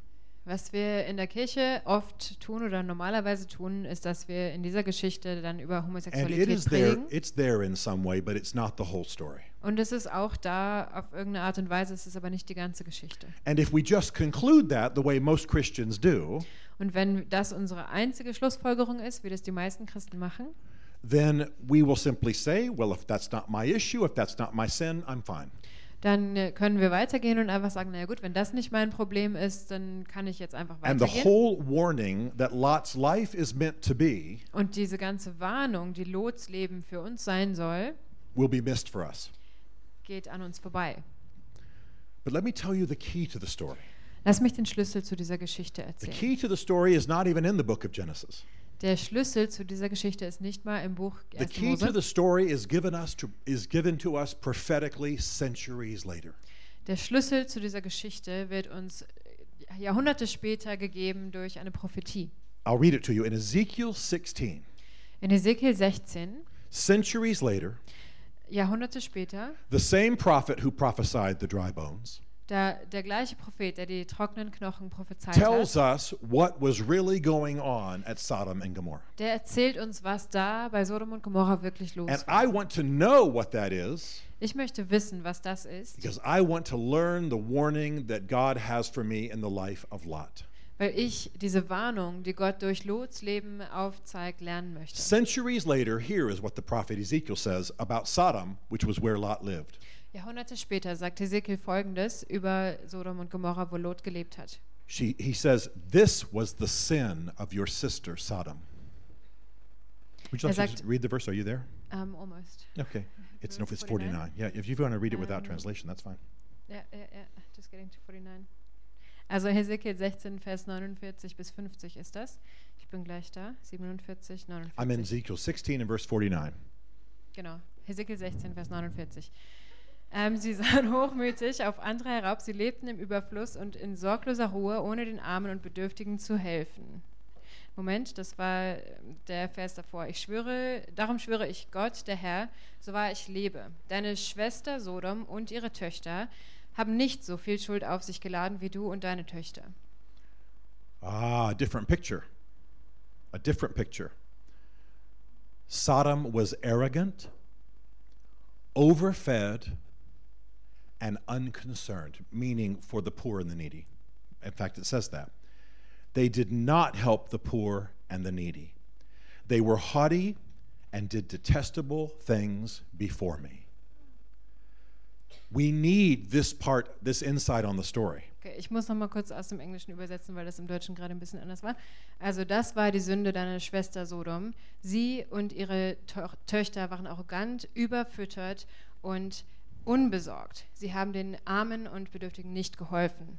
Was wir in der Kirche oft tun oder normalerweise tun, ist, dass wir in dieser Geschichte dann über And it Homosexualität is there, predigen. it's there in some way, but it's not the whole story. Und es ist auch da auf irgendeine Art und Weise, es ist aber nicht die ganze Geschichte. And if we just conclude that the way most Christians do, Und wenn das unsere einzige Schlussfolgerung ist, wie das die meisten Christen machen, then we will simply say, well, if that's not my issue, if that's not my sin, I'm fine. dann äh, können wir weitergehen und einfach sagen, naja gut, wenn das nicht mein Problem ist, dann kann ich jetzt einfach And the weitergehen. whole warning that Lot's life is meant to be Und diese ganze Warnung, die Lots Leben für uns sein soll, will be missed for us. geht an uns vorbei. But let me tell you the key to the story. Lass mich den Schlüssel zu dieser Geschichte The erzählen. key to the story is not even in the book of Genesis. Der Schlüssel zu dieser Geschichte ist nicht mal im Buch The 1. key to the Mose. story is given us to is given to us prophetically centuries later. Der Schlüssel zu dieser Geschichte wird uns äh, Jahrhunderte später gegeben durch eine Prophetie. I'll read it to you in Ezekiel 16. In Ezekiel 16, Centuries later, Jahrhunderte später, the same prophet who prophesied the dry bones da der gleiche Prophet, der die trockenen Knochen prophezeit hat, tells us what was really going on at Sodom and Gomorrah. der erzählt uns, was da bei Sodom und Gomorra wirklich los And war. I want to know what that is Ich möchte wissen, was das ist, because I want to learn the warning that God has for me in the life of Lot. weil ich diese Warnung, die Gott durch Lots Leben aufzeigt, lernen möchte. Centuries later, here is what the prophet Ezekiel says about Sodom, which was where Lot lived. Jahrhunderte später sagt Ezekiel folgendes über Sodom und Gomorra, wo Lot gelebt hat. She, he says, This was the sin of your sister Sodom. Would you Er like to sagt- just read the verse? Are you there? Ähm, almost. Okay. It's, no, Verse it's 49. 49. Yeah, if you want to read it without Um, translation, that's fine. Ja, ja, ja, just getting to 49. Also Hesekiel 16, Vers 49 bis 50 ist das. Ich bin gleich da. 47, 49. I'm in Ezekiel 16 and verse 49. Genau. Hesekiel 16, Vers 49. Ähm, sie sahen hochmütig auf andere herab, sie lebten im Überfluss und in sorgloser Ruhe, ohne den Armen und Bedürftigen zu helfen. Moment, das war ähm, der Vers davor. Ich schwöre, darum schwöre ich Gott, der Herr, so wahr ich lebe. Deine Schwester Sodom und ihre Töchter haben nicht so viel Schuld auf sich geladen wie du und deine Töchter. Ah, a different picture. A different picture. Sodom was arrogant, overfed, and unconcerned, meaning for the poor and the needy. In fact, it says that. They did not help the poor and the needy. They were haughty and did detestable things before me. We need this part, this insight on the story. Okay, ich muss noch mal kurz aus dem Englischen übersetzen, weil das im Deutschen gerade ein bisschen anders war. Also das war die Sünde deiner Schwester Sodom. Sie und ihre Tö Töchter waren arrogant, überfüttert und unbesorgt. Sie haben den Armen und Bedürftigen nicht geholfen.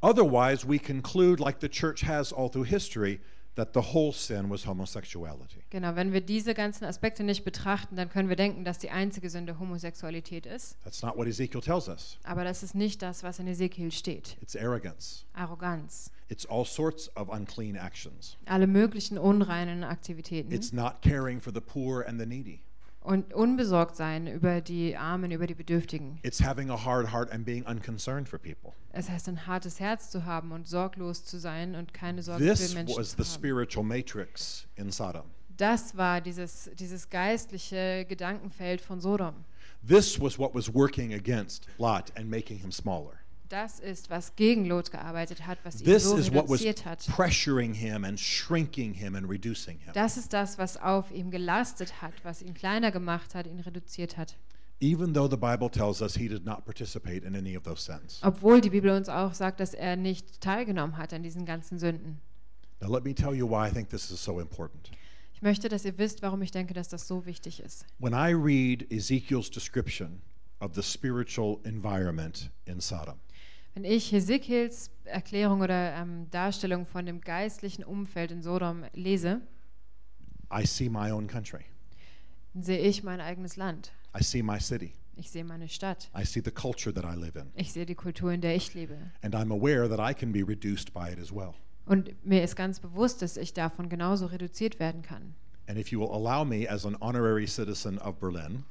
Otherwise, we conclude, like the church has all through history, that the whole sin was homosexuality. Genau, wenn wir diese ganzen Aspekte nicht betrachten, dann können wir denken, dass die einzige Sünde Homosexualität ist. That's not what Ezekiel tells us. Aber das ist nicht das, was in Ezekiel steht. It's arrogance, Arroganz, it's all sorts of unclean actions, alle möglichen unreinen Aktivitäten. it's not caring for the poor and the needy, Und unbesorgt sein über die Armen, über die Bedürftigen. it's having a hard heart and being unconcerned for people. Es heißt, ein hartes Herz zu haben und sorglos zu sein und keine Sorge This für Menschen was the zu haben. spiritual matrix in Sodom. Das war dieses, dieses geistliche Gedankenfeld von Sodom. This was what was working against Lot and making him smaller. Das ist, was gegen Lot gearbeitet hat, was ihn This so is what was reduziert hat. pressuring him and shrinking him and reducing him. Das ist das, was auf ihm gelastet hat, was ihn kleiner gemacht hat, ihn reduziert hat. even though the Bible tells us he did not participate in any of those sins. Obwohl die Bibel uns auch sagt, dass er nicht teilgenommen hat an diesen ganzen Sünden. Now, let me tell you why I think this is so important. Ich möchte, dass ihr wisst, warum ich denke, dass das so wichtig ist. When I read Ezekiel's description of the spiritual environment in Sodom, Wenn ich Hesekiels Erklärung oder ähm, Darstellung von dem geistlichen Umfeld in Sodom lese, I see my own country, dann sehe ich mein eigenes Land. I see my city, Ich sehe meine Stadt. I see the culture that I live in, Ich sehe die Kultur, in der ich lebe. and I'm aware that I can be reduced by it as well. Und mir ist ganz bewusst, dass ich davon genauso reduziert werden kann. And if you will allow me, as an honorary citizen of Berlin,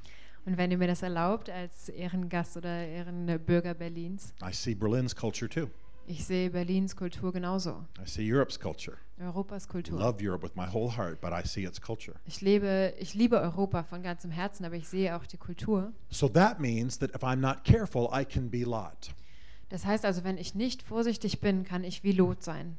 Und wenn ihr mir das erlaubt, als Ehrengast oder Ehrenbürger Berlins, I see Berlin's culture too. Ich sehe Berlins Kultur genauso, I see Europe's culture. Europas Kultur. Love Europe with my whole heart, but I see its culture. Ich, lebe, ich liebe Europa von ganzem Herzen, aber ich sehe auch die Kultur. So that means that if I'm not careful, I can be Lot. Das heißt also, wenn ich nicht vorsichtig bin, kann ich wie Lot sein.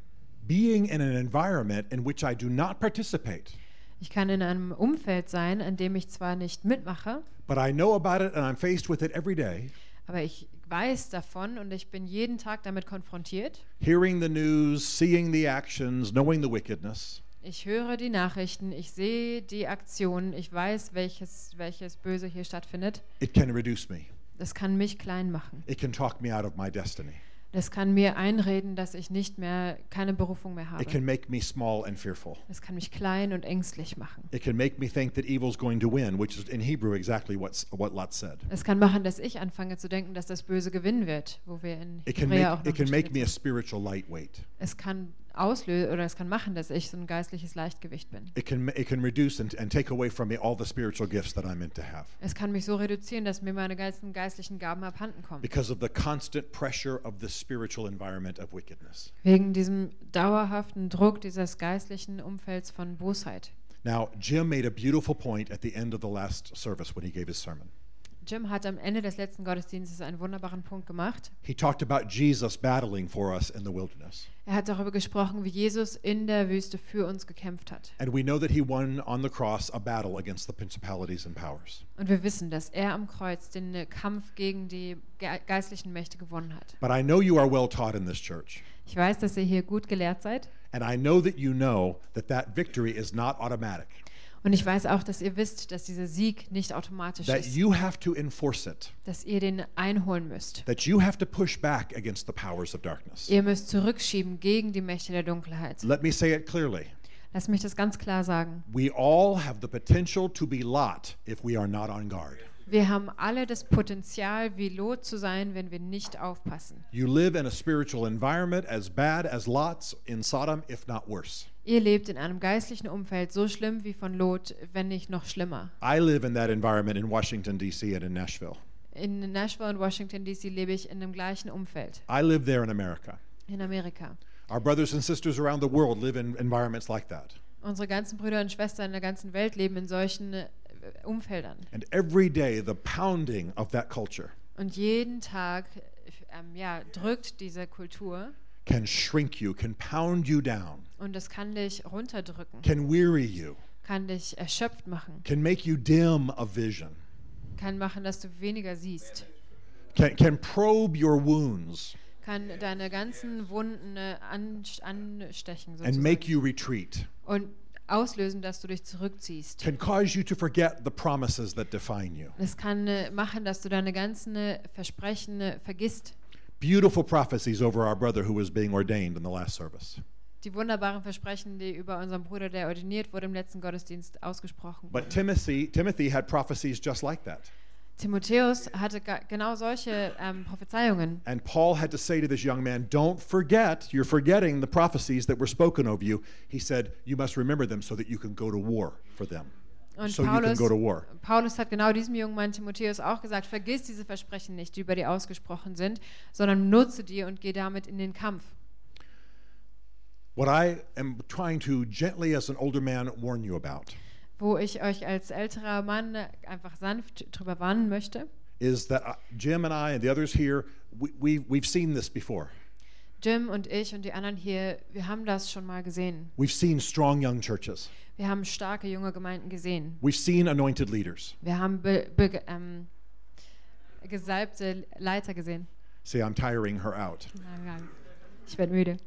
Being in an environment in which I do not participate, Ich kann in einem Umfeld sein, in dem ich zwar nicht mitmache, but I know about it and I'm faced with it every day, aber ich weiß davon und ich bin jeden Tag damit konfrontiert. hearing the news, seeing the actions, knowing the wickedness. Ich höre die Nachrichten, ich sehe die Aktionen, ich weiß, welches, welches Böse hier stattfindet. It can reduce me. Das kann mich klein machen. It can talk me out of my destiny. Das kann mir einreden, dass ich nicht mehr keine Berufung mehr It habe. can make me small and fearful. Das kann mich klein und ängstlich machen. It can make me think that evil's going to win, which is in Hebrew exactly what's, what Lot said. Es kann machen, dass ich anfange zu denken, dass das Böse gewinnen wird, wo wir in It can Hebräer make, auch it noch can make me stehen. a spiritual lightweight. Es kann auslösen oder es kann machen, dass ich so ein geistliches Leichtgewicht bin. It can, it can reduce and, and take away from me all the spiritual gifts that I'm meant to have Es kann mich so reduzieren, dass mir meine ganzen geistlichen Gaben abhanden kommen. because of the constant pressure of the spiritual environment of wickedness. Wegen diesem dauerhaften Druck dieses geistlichen Umfelds von Bosheit. Now, Jim made a beautiful point at the end of the last service when he gave his sermon. Jim hat am Ende des letzten Gottesdienstes einen wunderbaren Punkt gemacht. He talked about Jesus battling for us in the wilderness. Er hat darüber gesprochen, wie Jesus in der Wüste für uns gekämpft hat. And we know that he won on the cross a battle against the principalities and powers. Und wir wissen, dass er am Kreuz den äh, Kampf gegen die ge geistlichen Mächte gewonnen hat. But I know you are well taught in this church. Ich weiß, dass ihr hier gut gelehrt seid. And I know that you know that that victory is not automatic, Und ich weiß auch, dass ihr wisst, dass dieser Sieg nicht automatisch that ist, you have to enforce it, dass ihr den einholen müsst. that you have to push back against the powers of darkness. Ihr müsst zurückschieben gegen die Mächte der Dunkelheit. Let me say it clearly. Lass mich das ganz klar sagen. We all have the potential to be Lot if we are not on guard. Wir haben alle das Potenzial, wie Lot zu sein, wenn wir nicht aufpassen. You live in a spiritual environment as bad as Lot's in Sodom, if not worse. Ihr lebt in einem geistlichen Umfeld so schlimm wie von Lot, wenn nicht noch schlimmer. I live in that environment in Washington, D.C., and in Nashville. In Nashville und Washington, D.C. lebe ich in dem gleichen Umfeld, I live there in America. in Amerika. Our brothers and sisters around the world live in environments like that. Unsere ganzen Brüder und Schwestern in der ganzen Welt leben in solchen äh, Umfeldern. And every day, the pounding of that culture Und jeden Tag äh, ähm, ja, drückt diese Kultur can shrink you, can pound you down, und das kann dich runterdrücken, can weary you, kann dich erschöpft machen, can make you dim of vision, kann machen, dass du weniger siehst, can, can probe your wounds kann deine ganzen Wunden äh, anst- anstechen and make sozusagen you retreat, und auslösen, dass du dich zurückziehst. can cause you to forget the promises that define you. Es kann äh, machen, dass du deine ganzen äh, Versprechen äh, vergisst. Beautiful prophecies over our brother who was being ordained in the last service. Die wunderbaren Versprechen, die über unseren Bruder, der ordiniert wurde, im letzten Gottesdienst ausgesprochen wurden. But Timothy, Timothy had prophecies just like that. Timotheus hatte ga- genau solche ähm, Prophezeiungen. And Paul had to say to this young man, Don't forget, you're forgetting the prophecies that were spoken of you. He said, You must remember them so that you can go to war for them. Und so you can Paulus, go to war. Paulus hat genau diesem jungen Mann Timotheus auch gesagt, vergiss diese Versprechen nicht, die über dir ausgesprochen sind, sondern nutze die und geh damit in den Kampf. What I am trying to gently, as an older man, warn you about Wo ich euch als älterer Mann einfach sanft drüber warnen möchte. is that uh, Jim and I and the others here, we, we, we've seen this before. Jim und ich und die anderen hier, wir haben das schon mal gesehen. We've seen strong young churches, Wir haben starke junge Gemeinden gesehen. we've seen anointed leaders. Wir haben be, be, ähm, gesalbte Leiter gesehen. See, I'm tiring her out. Ich werde müde.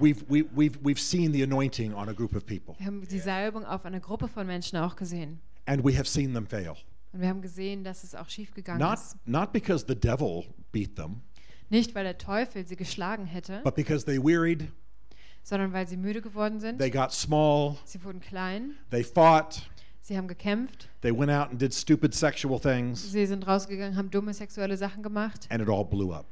We've, we, we've, we've seen the anointing on a group of people, Wir haben die Salbung auf eine Gruppe von Menschen auch gesehen. and we have seen them fail. Und wir haben gesehen, dass es auch schief gegangen Not, ist. not because the devil beat them, Nicht, weil der Teufel sie geschlagen hätte, but because they wearied, sondern weil sie müde geworden sind. they got small, Sie wurden klein, they fought, sie haben gekämpft, they went out and did stupid sexual things, sie sind rausgegangen, haben dumme sexuelle Sachen gemacht and it all blew up.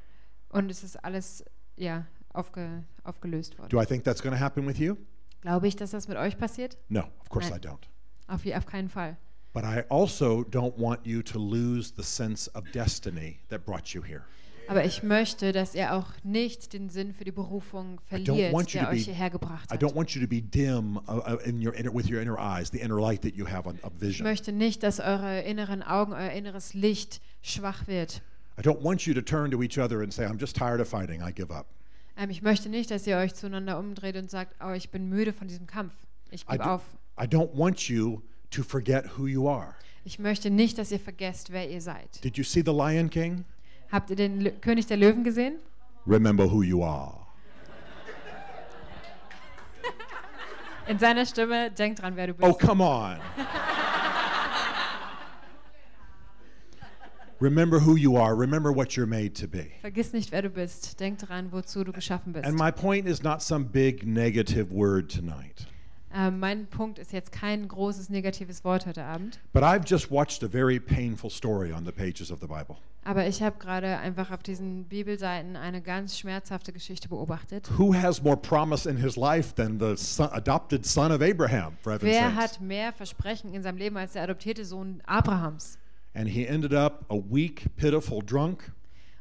und es ist alles ja, aufge, aufgelöst worden. Do I think that's going to happen with you? Glaube ich, dass das mit euch passiert? No, of course Right. I don't. Auf, je- auf keinen Fall. But I also don't want you to lose the sense of destiny that brought you here. Aber ich möchte, dass ihr auch nicht den Sinn für die Berufung want verliert, you der to be- euch hierher gebracht I don't hat. want you to be dim uh, uh, in your inner, with your inner eyes, the inner light that you have on, of Ich vision. möchte nicht, dass eure inneren Augen, euer inneres Licht schwach wird. I don't want you to turn to each other and say, I'm just tired of fighting, I give up. Ähm, ich möchte nicht, dass ihr euch zueinander umdreht und sagt, oh, ich bin müde von diesem Kampf. Ich I, gebe do- auf. I don't want you to forget who you are. Ich möchte nicht, dass ihr vergesst, wer ihr seid. Did you see The Lion King? Habt ihr den Lö König der Löwen gesehen? Remember who you are. In seiner Stimme, denk dran, wer du bist. Oh, come on. Remember who you are. Remember what you're made to be. Vergiss nicht, wer du bist. Denk dran, wozu du geschaffen bist. And my point is not some big negative word tonight, Ähm, mein Punkt ist jetzt kein großes negatives Wort heute Abend, but I've just watched a very painful story on the pages of the Bible. aber ich habe gerade einfach auf diesen Bibelseiten eine ganz schmerzhafte Geschichte beobachtet. Who has more promise in his life than the son, adopted son of Abraham, for heaven's Wer sakes? hat mehr Versprechen in seinem Leben als der adoptierte Sohn Abrahams? And he ended up a weak, pitiful drunk,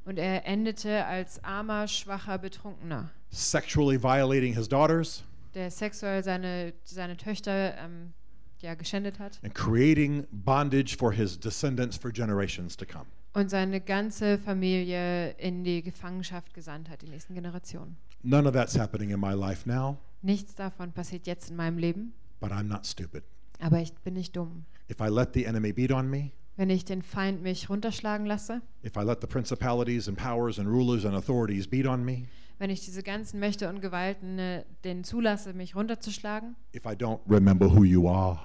Und er endete als armer, schwacher Betrunkener, sexually violating his daughters der sexuell seine, seine Töchter ähm, ja, geschändet hat and creating bondage for his descendants for generations to come. und seine ganze Familie in die Gefangenschaft gesandt hat, die nächsten Generationen. None of that's happening in my life now, Nichts davon passiert jetzt in meinem Leben, but I'm not stupid. aber ich bin nicht dumm. If I let the enemy beat on me, Wenn ich den Feind mich runterschlagen lasse, if I let the principalities and powers and rulers and authorities beat on me, wenn ich diese ganzen Mächte und Gewalten äh, denen zulasse, mich runterzuschlagen, if I don't remember who you are,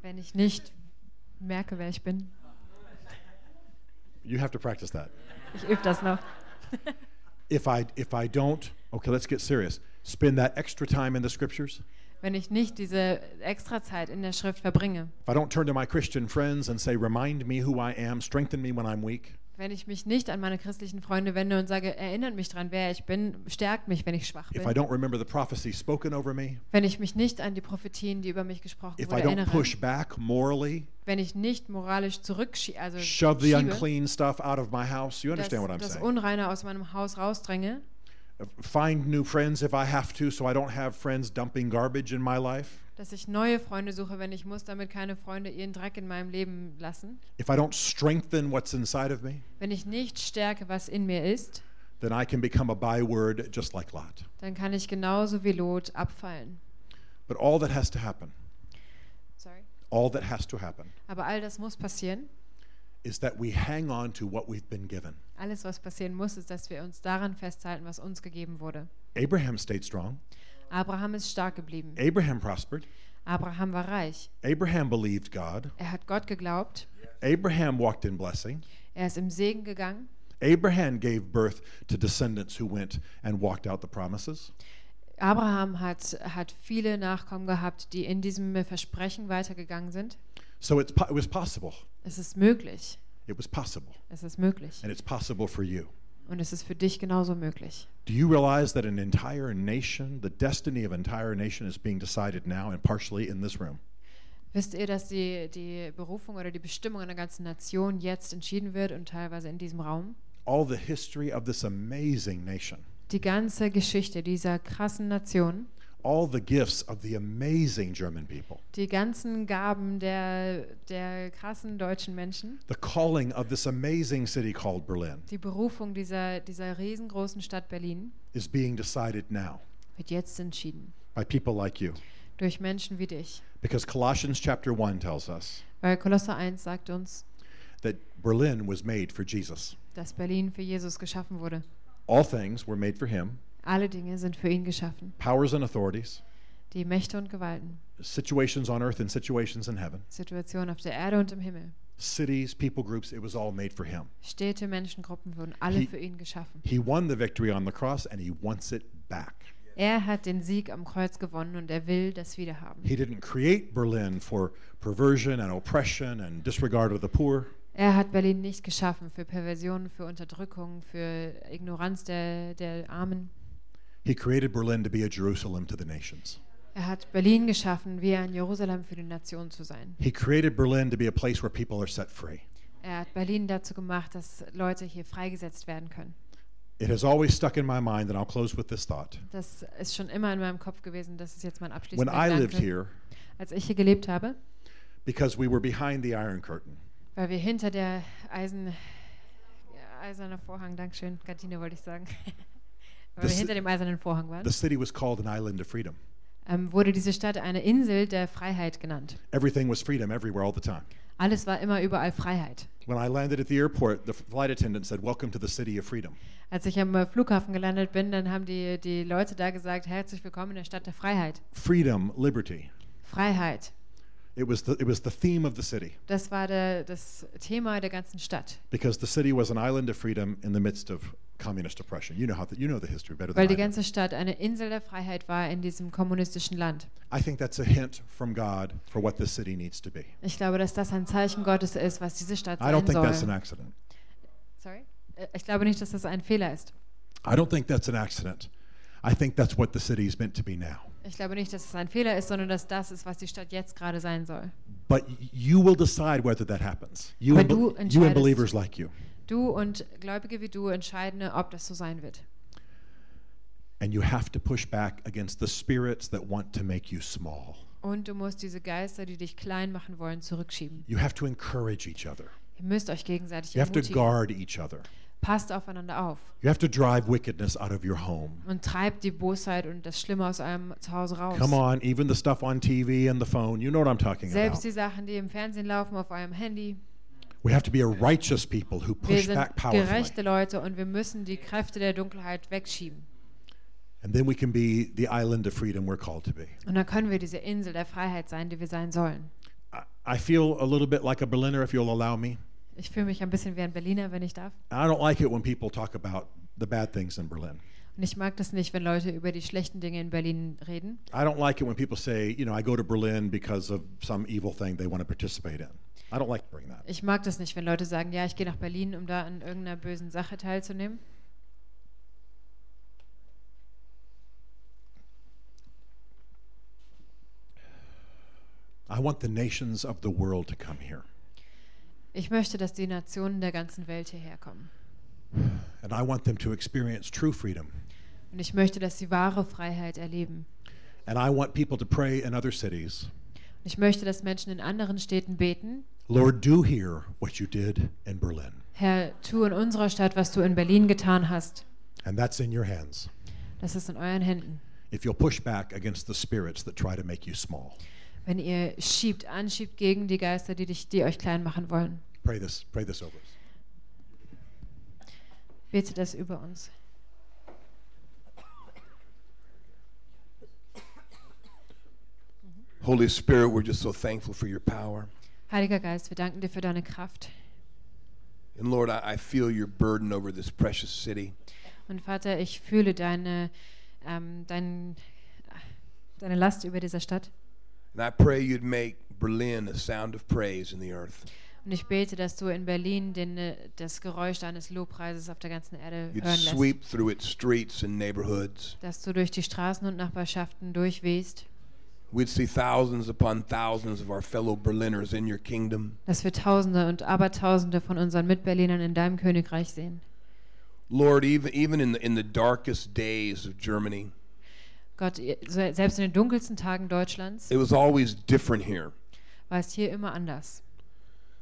wenn ich nicht merke, wer ich bin, you have to practice that. ich übe das noch. If I if I don't, okay, let's get serious. Spend that extra time in the scriptures. Wenn ich nicht diese Extrazeit in der Schrift verbringe, If I don't turn to my Christian friends and say, "Remind me who I am, strengthen me when I'm weak," wenn ich mich nicht an meine christlichen Freunde wende und sage, erinnert mich dran, wer ich bin, stärkt mich, wenn ich schwach if I bin, don't remember the prophecy spoken over me, wenn ich mich nicht an die Prophetien, die über mich gesprochen if wurden, I don't erinnere, push back morally, wenn ich nicht moralisch zurückschiebe, also shove the schiebe, unclean stuff out of my house. You das, understand what I'm das saying? Unreine aus meinem Haus rausdränge, find new friends if I have to, so I don't have friends dumping garbage in my life. dass ich neue Freunde suche, wenn ich muss, damit keine Freunde ihren Dreck in meinem Leben lassen. If I don't strengthen what's inside of me, Wenn ich nicht stärke, was in mir ist, then I can become a byword just like Lot. dann kann ich genauso wie Lot abfallen. But all that has to happen, Sorry. all that has to happen, Aber all das muss passieren. is that we hang on to what we've been given. Alles, was passieren muss, ist, dass wir uns daran festhalten, was uns gegeben wurde. Abraham stayed strong. Abraham ist stark geblieben. Abraham prospered. Abraham war reich. Abraham believed God. Er hat Gott geglaubt. Abraham walked in blessing. Er ist im Segen gegangen. Abraham gave birth to descendants who went and walked out the promises. Abraham hat, hat viele Nachkommen gehabt, die in diesem Versprechen weitergegangen sind. So it's po- it was possible. Es ist möglich. It was possible. Es ist möglich. And it's possible for you. Und es ist für dich genauso möglich. Do you realize that an entire nation, the destiny of an entire nation, is being decided now and partially in this room? Wisst ihr, dass die, die Berufung oder die Bestimmung einer ganzen Nation jetzt entschieden wird und teilweise in diesem Raum? All the history of this amazing nation, Die ganze Geschichte dieser krassen Nation, all the gifts of the amazing German people, die ganzen Gaben der, der krassen deutschen Menschen, the calling of this amazing city called Berlin die Berufung dieser, dieser riesengroßen Stadt Berlin is being decided now wird jetzt entschieden. by people like you. Durch Menschen wie dich. Because Colossians chapter 1 tells us Weil Kolosser 1 sagt uns, that Berlin was made for Jesus. dass Berlin für Jesus geschaffen wurde. All things were made for him, Alle Dinge sind für ihn geschaffen. powers and authorities, Die Mächte und Gewalten, situations on earth and situations in heaven, Situationen auf der Erde und im Himmel. cities, people groups, it was all made for him. Städte, Menschengruppen wurden alle He- für ihn geschaffen. He won the victory on the cross and he wants it back. Er hat den Sieg am Kreuz gewonnen und er will das wiederhaben. He didn't create Berlin for perversion and oppression and disregard of the poor. Er hat Berlin nicht geschaffen für Perversionen, für Unterdrückung, für Ignoranz der, der Armen. He created Berlin to be a Jerusalem to the nations. Er hat Berlin geschaffen, wie ein Jerusalem für die Nation zu sein. He created Berlin to be a place where people are set free. Er hat Berlin dazu gemacht, dass Leute hier freigesetzt werden können. It has always stuck in my mind, and I'll close with this thought. Das ist schon immer in meinem Kopf gewesen. Das ist jetzt mein When abschließender I lived Gedanke. here, Als ich hier gelebt habe, because we were behind the Iron Curtain, weil wir hinter der Eisen, ja, eiserner Vorhang, Dankeschön, Gardine wollte ich sagen, weil Das- wir hinter dem eisernen Vorhang waren, the city was called an island of freedom. ähm, wurde diese Stadt eine Insel der Freiheit genannt. Everything was freedom everywhere all the time. Alles war immer überall Freiheit. When I landed at the airport, the flight attendant said, Welcome to the city of freedom. Als ich am äh, Flughafen gelandet bin, dann haben die, die Leute da gesagt, herzlich willkommen in der Stadt der Freiheit. Freedom, liberty. Freiheit. It was the, it was the theme of the city Das war der, das Thema der ganzen Stadt. because the city was an island of freedom in the midst of communist oppression. You know, how the, you know the history better Weil than I die do. ganze Stadt eine Insel der Freiheit war in diesem kommunistischen Land. I think that's a hint from God for what this city needs to be. Ich glaube, dass das ein Zeichen Gottes ist, was diese Stadt I sein don't think that's an soll. accident. Sorry? Äh, Ich glaube nicht, dass das ein Fehler ist. I don't think that's an accident. I think that's what the city is meant to be now. Ich glaube nicht, dass es ein Fehler ist, sondern dass das ist, was die Stadt jetzt gerade sein soll. But y- you will decide whether that happens. You, Aber and, be- du you and entscheidest. believers like you. Du und Gläubige wie du entscheiden, ob das so sein wird. And you have to push back against the spirits that want to make you small. Und du musst diese Geister, die dich klein machen wollen, zurückschieben. You have to encourage each other. Ihr müsst euch gegenseitig You have to ermutigen. guard each other. Passt aufeinander auf You have to drive wickedness out of your home. und treibt die Bosheit und das Schlimme aus einem Zuhause raus. Come on, even the stuff on TV and the phone, you know what I'm talking Selbst about. die Sachen, die im Fernsehen laufen, auf eurem Handy. We have to be a righteous people Wir who push sind back powerfully. gerechte Leute und wir müssen die Kräfte der Dunkelheit wegschieben. And then we can be the island of freedom we're called to be. Und dann können wir diese Insel der Freiheit sein, die wir sein sollen. I- I feel a little bit like a Berliner, if you'll allow me. Ich fühle mich ein bisschen wie ein Berliner, wenn ich darf. I don't like it when people talk about the bad things in Berlin. Und ich mag das nicht, wenn Leute über die schlechten Dinge in Berlin reden. I don't like it when people say, you know, I go to Berlin because of some evil thing they want to participate in. I don't like hearing that. Ich mag das nicht, wenn Leute sagen, ja, ich gehe nach Berlin, um da an irgendeiner bösen Sache teilzunehmen. I want the nations of the world to come here. Ich möchte, dass die Nationen der ganzen Welt hierher kommen. And I want them to experience true freedom. Und ich möchte, dass sie wahre Freiheit erleben. And I want people to pray in other cities, Und ich möchte, dass Menschen in anderen Städten beten. Lord, do here what you did in Berlin. Herr, tu in unserer Stadt, was du in Berlin getan hast. And that's in your hands Das ist in euren Händen. if you'll push back against the spirits that try to make you small. Wenn ihr schiebt, anschiebt gegen die Geister, die, dich, die euch klein machen wollen. Pray this, pray this over us. Betet das über uns. Holy Spirit, we're just so thankful for your power. Heiliger Geist, wir danken dir für deine Kraft. And Lord, I, I feel your burden over this precious city. Und Vater, ich fühle deine, ähm, dein, deine Last über dieser Stadt. And I pray you'd make Berlin a sound of praise in the earth. Und ich bete, dass du in Berlin den, äh, das Geräusch deines Lobpreises auf der ganzen Erde You'd hören lässt. sweep through its streets and neighborhoods. Dass du durch die Straßen und Nachbarschaften durchwehst. We'd see thousands upon thousands of our fellow Berliners in your kingdom. Dass wir Tausende und Abertausende von unseren Mitberlinern in deinem Königreich sehen. Lord, even, even in, the, in the darkest days of Germany, Gott, ihr- se- selbst in den dunkelsten Tagen Deutschlands it was always different here. war es hier immer anders.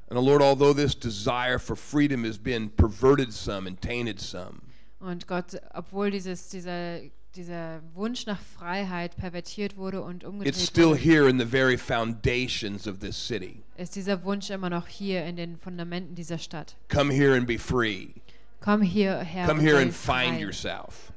And oh, Lord, although this desire for freedom has been perverted some and tainted some, Und Gott, obwohl dieses, dieser, dieser Wunsch nach Freiheit pervertiert wurde und it's umgedreht still wurde, here in the very foundations of this city. ist dieser Wunsch immer noch hier in den Fundamenten dieser Stadt. Come here and be free. Komm hierher und Come here sei and find frei. yourself.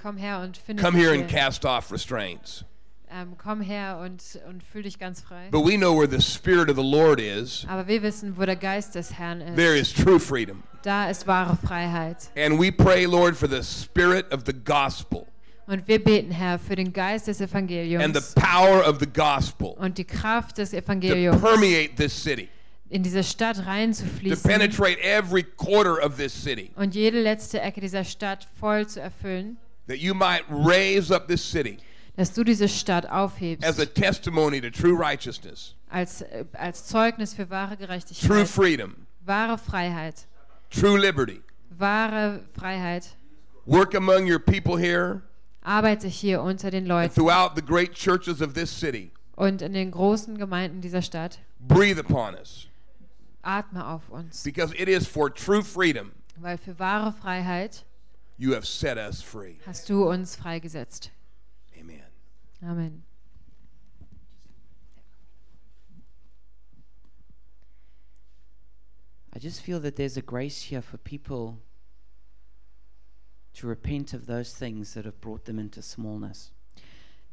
Komm her und finde Come dich here and hier. cast off restraints. Ähm, komm her und, und fühl dich ganz frei. But we know where the Spirit of the Lord is, Aber wir wissen, wo der Geist des Herrn ist. there is true freedom. Da ist wahre Freiheit. And we pray, Lord, for the Spirit of the gospel Und wir beten, Herr, für den Geist des and Evangeliums the power of the gospel und die Kraft des to Evangeliums permeate this city, in diese Stadt to reinzufließen penetrate every quarter of this city, und jede letzte Ecke dieser Stadt voll zu erfüllen, that you might raise up this city dass du diese Stadt as a aufhebst testimony to true righteousness, als, äh, als Zeugnis für wahre true Gerechtigkeit, freedom, wahre Freiheit, true liberty, wahre Freiheit, Work among your people here Arbeite hier unter den and Leuten throughout the great churches of this city. und in den großen Gemeinden dieser Stadt. Breathe upon us Atme auf uns, because it is for true freedom weil für wahre Freiheit you have set us free. hast du uns freigesetzt. Amen. Amen. I just feel that there's a grace here for people to repent of those things that have brought them into smallness.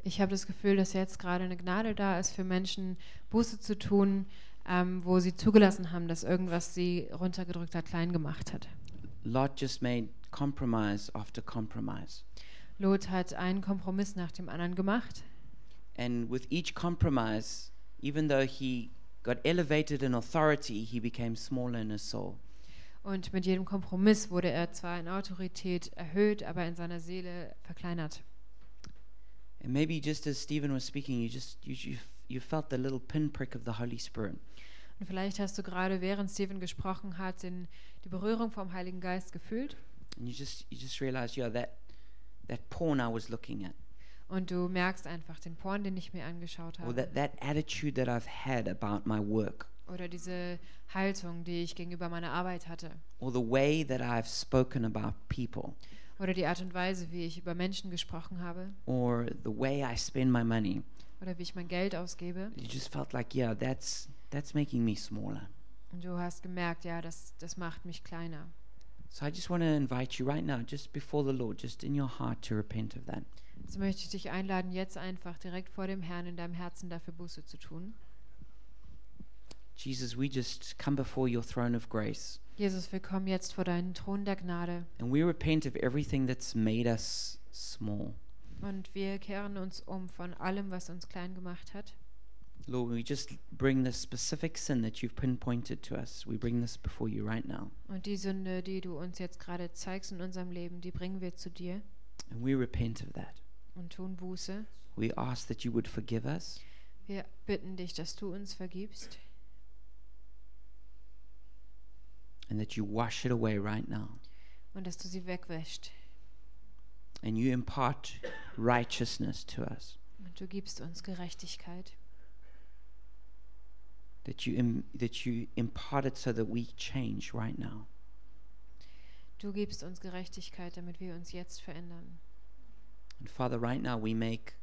Ich habe das Gefühl, dass jetzt gerade eine Gnade da ist für Menschen, Buße zu tun, ähm, wo sie zugelassen haben, dass irgendwas sie runtergedrückt hat, klein gemacht hat. Lot just made compromise after compromise. Lot hat einen Kompromiss nach dem anderen gemacht. And with each compromise, even though he got elevated in authority, he became smaller in his soul. Und mit jedem Kompromiss wurde er zwar in Autorität erhöht, aber in seiner Seele verkleinert. And maybe just as Stephen was speaking, you just you, you, you felt the little pinprick of the Holy Spirit. Und vielleicht hast du gerade, während Stephen gesprochen hat, den, die Berührung vom Heiligen Geist gefühlt And you just you just realized, yeah, that that porn I was looking at, und du merkst einfach den Porn, den ich mir angeschaut or habe. that, that attitude that I've had about my work, Oder diese Haltung, die ich gegenüber meiner Arbeit hatte. or the way that I've spoken about people, Oder die Art und Weise, wie ich über Menschen gesprochen habe. or the way I spend my money. Oder wie ich mein Geld ausgebe. You just felt like, yeah, that's that's making me smaller. Und du hast gemerkt, ja, das, das macht mich kleiner. So I just want to invite you right now, just before the Lord, just in your heart to repent of that. Jetzt möchte ich dich einladen, jetzt einfach direkt vor dem Herrn in deinem Herzen dafür Buße zu tun. Jesus, we just come before your throne of grace Jesus, wir kommen jetzt vor deinen Thron der Gnade and we repent of everything that's made us small. und wir kehren uns um von allem, was uns klein gemacht hat. Lord, we just bring this specific sin that you've pinpointed to us. We bring this before you right now. Und die Sünde, die du uns jetzt gerade zeigst in unserem Leben, die bringen wir zu dir And we repent of that. und tun Buße. We ask that you would forgive us. Wir bitten dich, dass du uns vergibst and that you wash it away right now und dass du sie wegwäscht. and you impart righteousness to us Und du gibst uns Gerechtigkeit. that you Im- that you impart it so that we change right now Du gibst uns Gerechtigkeit, damit wir uns jetzt verändern. and father right now we make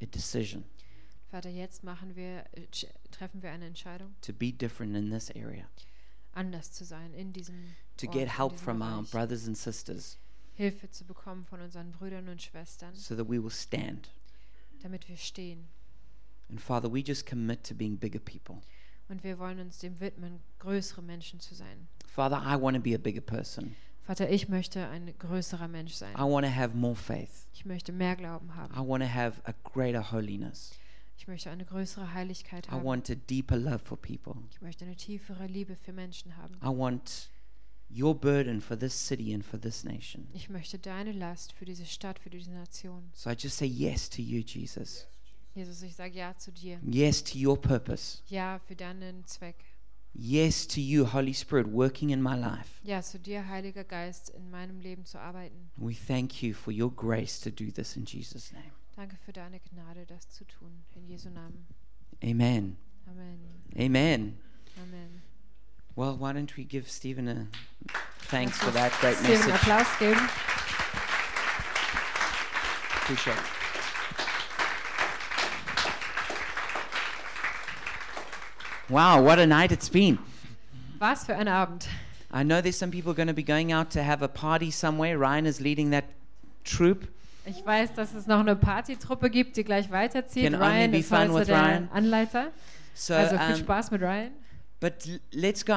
a decision Vater, jetzt machen wir, äh, tsch- treffen wir eine Entscheidung, to be different in this area anders zu sein in diesem to Ort, get in help diesem from our Bereich. brothers and sisters Hilfe zu bekommen von unseren Brüdern und Schwestern, so that we will stand damit wir stehen. and father we just commit to being bigger people Und wir wollen uns dem widmen, größere Menschen zu sein. father i want to be a bigger person Vater, ich möchte ein größerer Mensch sein. i want to have more faith Ich möchte mehr Glauben i haben. want to have a greater holiness Ich möchte eine größere Heiligkeit i haben. want a deeper love for people Ich möchte eine tiefere Liebe für Menschen haben. I want your burden for this city and for this nation. Ich möchte deine Last für diese Stadt, für diese Nation. So I just say yes to you, Jesus. Jesus, ich sage Ja zu dir. Yes to your purpose. Ja für deinen Zweck. Yes to you, Holy Spirit, working in my life. Ja zu dir, Heiliger Geist, in meinem Leben zu arbeiten. We thank you for your grace to do this in Jesus' name. Danke für deine Gnade, das zu tun. In Jesu Namen. Amen. Amen. Amen. Amen. Well, why don't we give Stephen a thanks Lass for uns that great Stephen message? Applaus geben. Appreciate it. Wow, what a night it's been. Was für ein Abend. I know there's some people going to be going out to have a party somewhere. Ryan is leading that troop. Ich weiß, dass es noch eine Partytruppe gibt, die gleich weiterzieht. Can only Ryan be ist fun also with der Ryan. Anleiter. So, Also viel um, Spaß mit Ryan. but l- let's go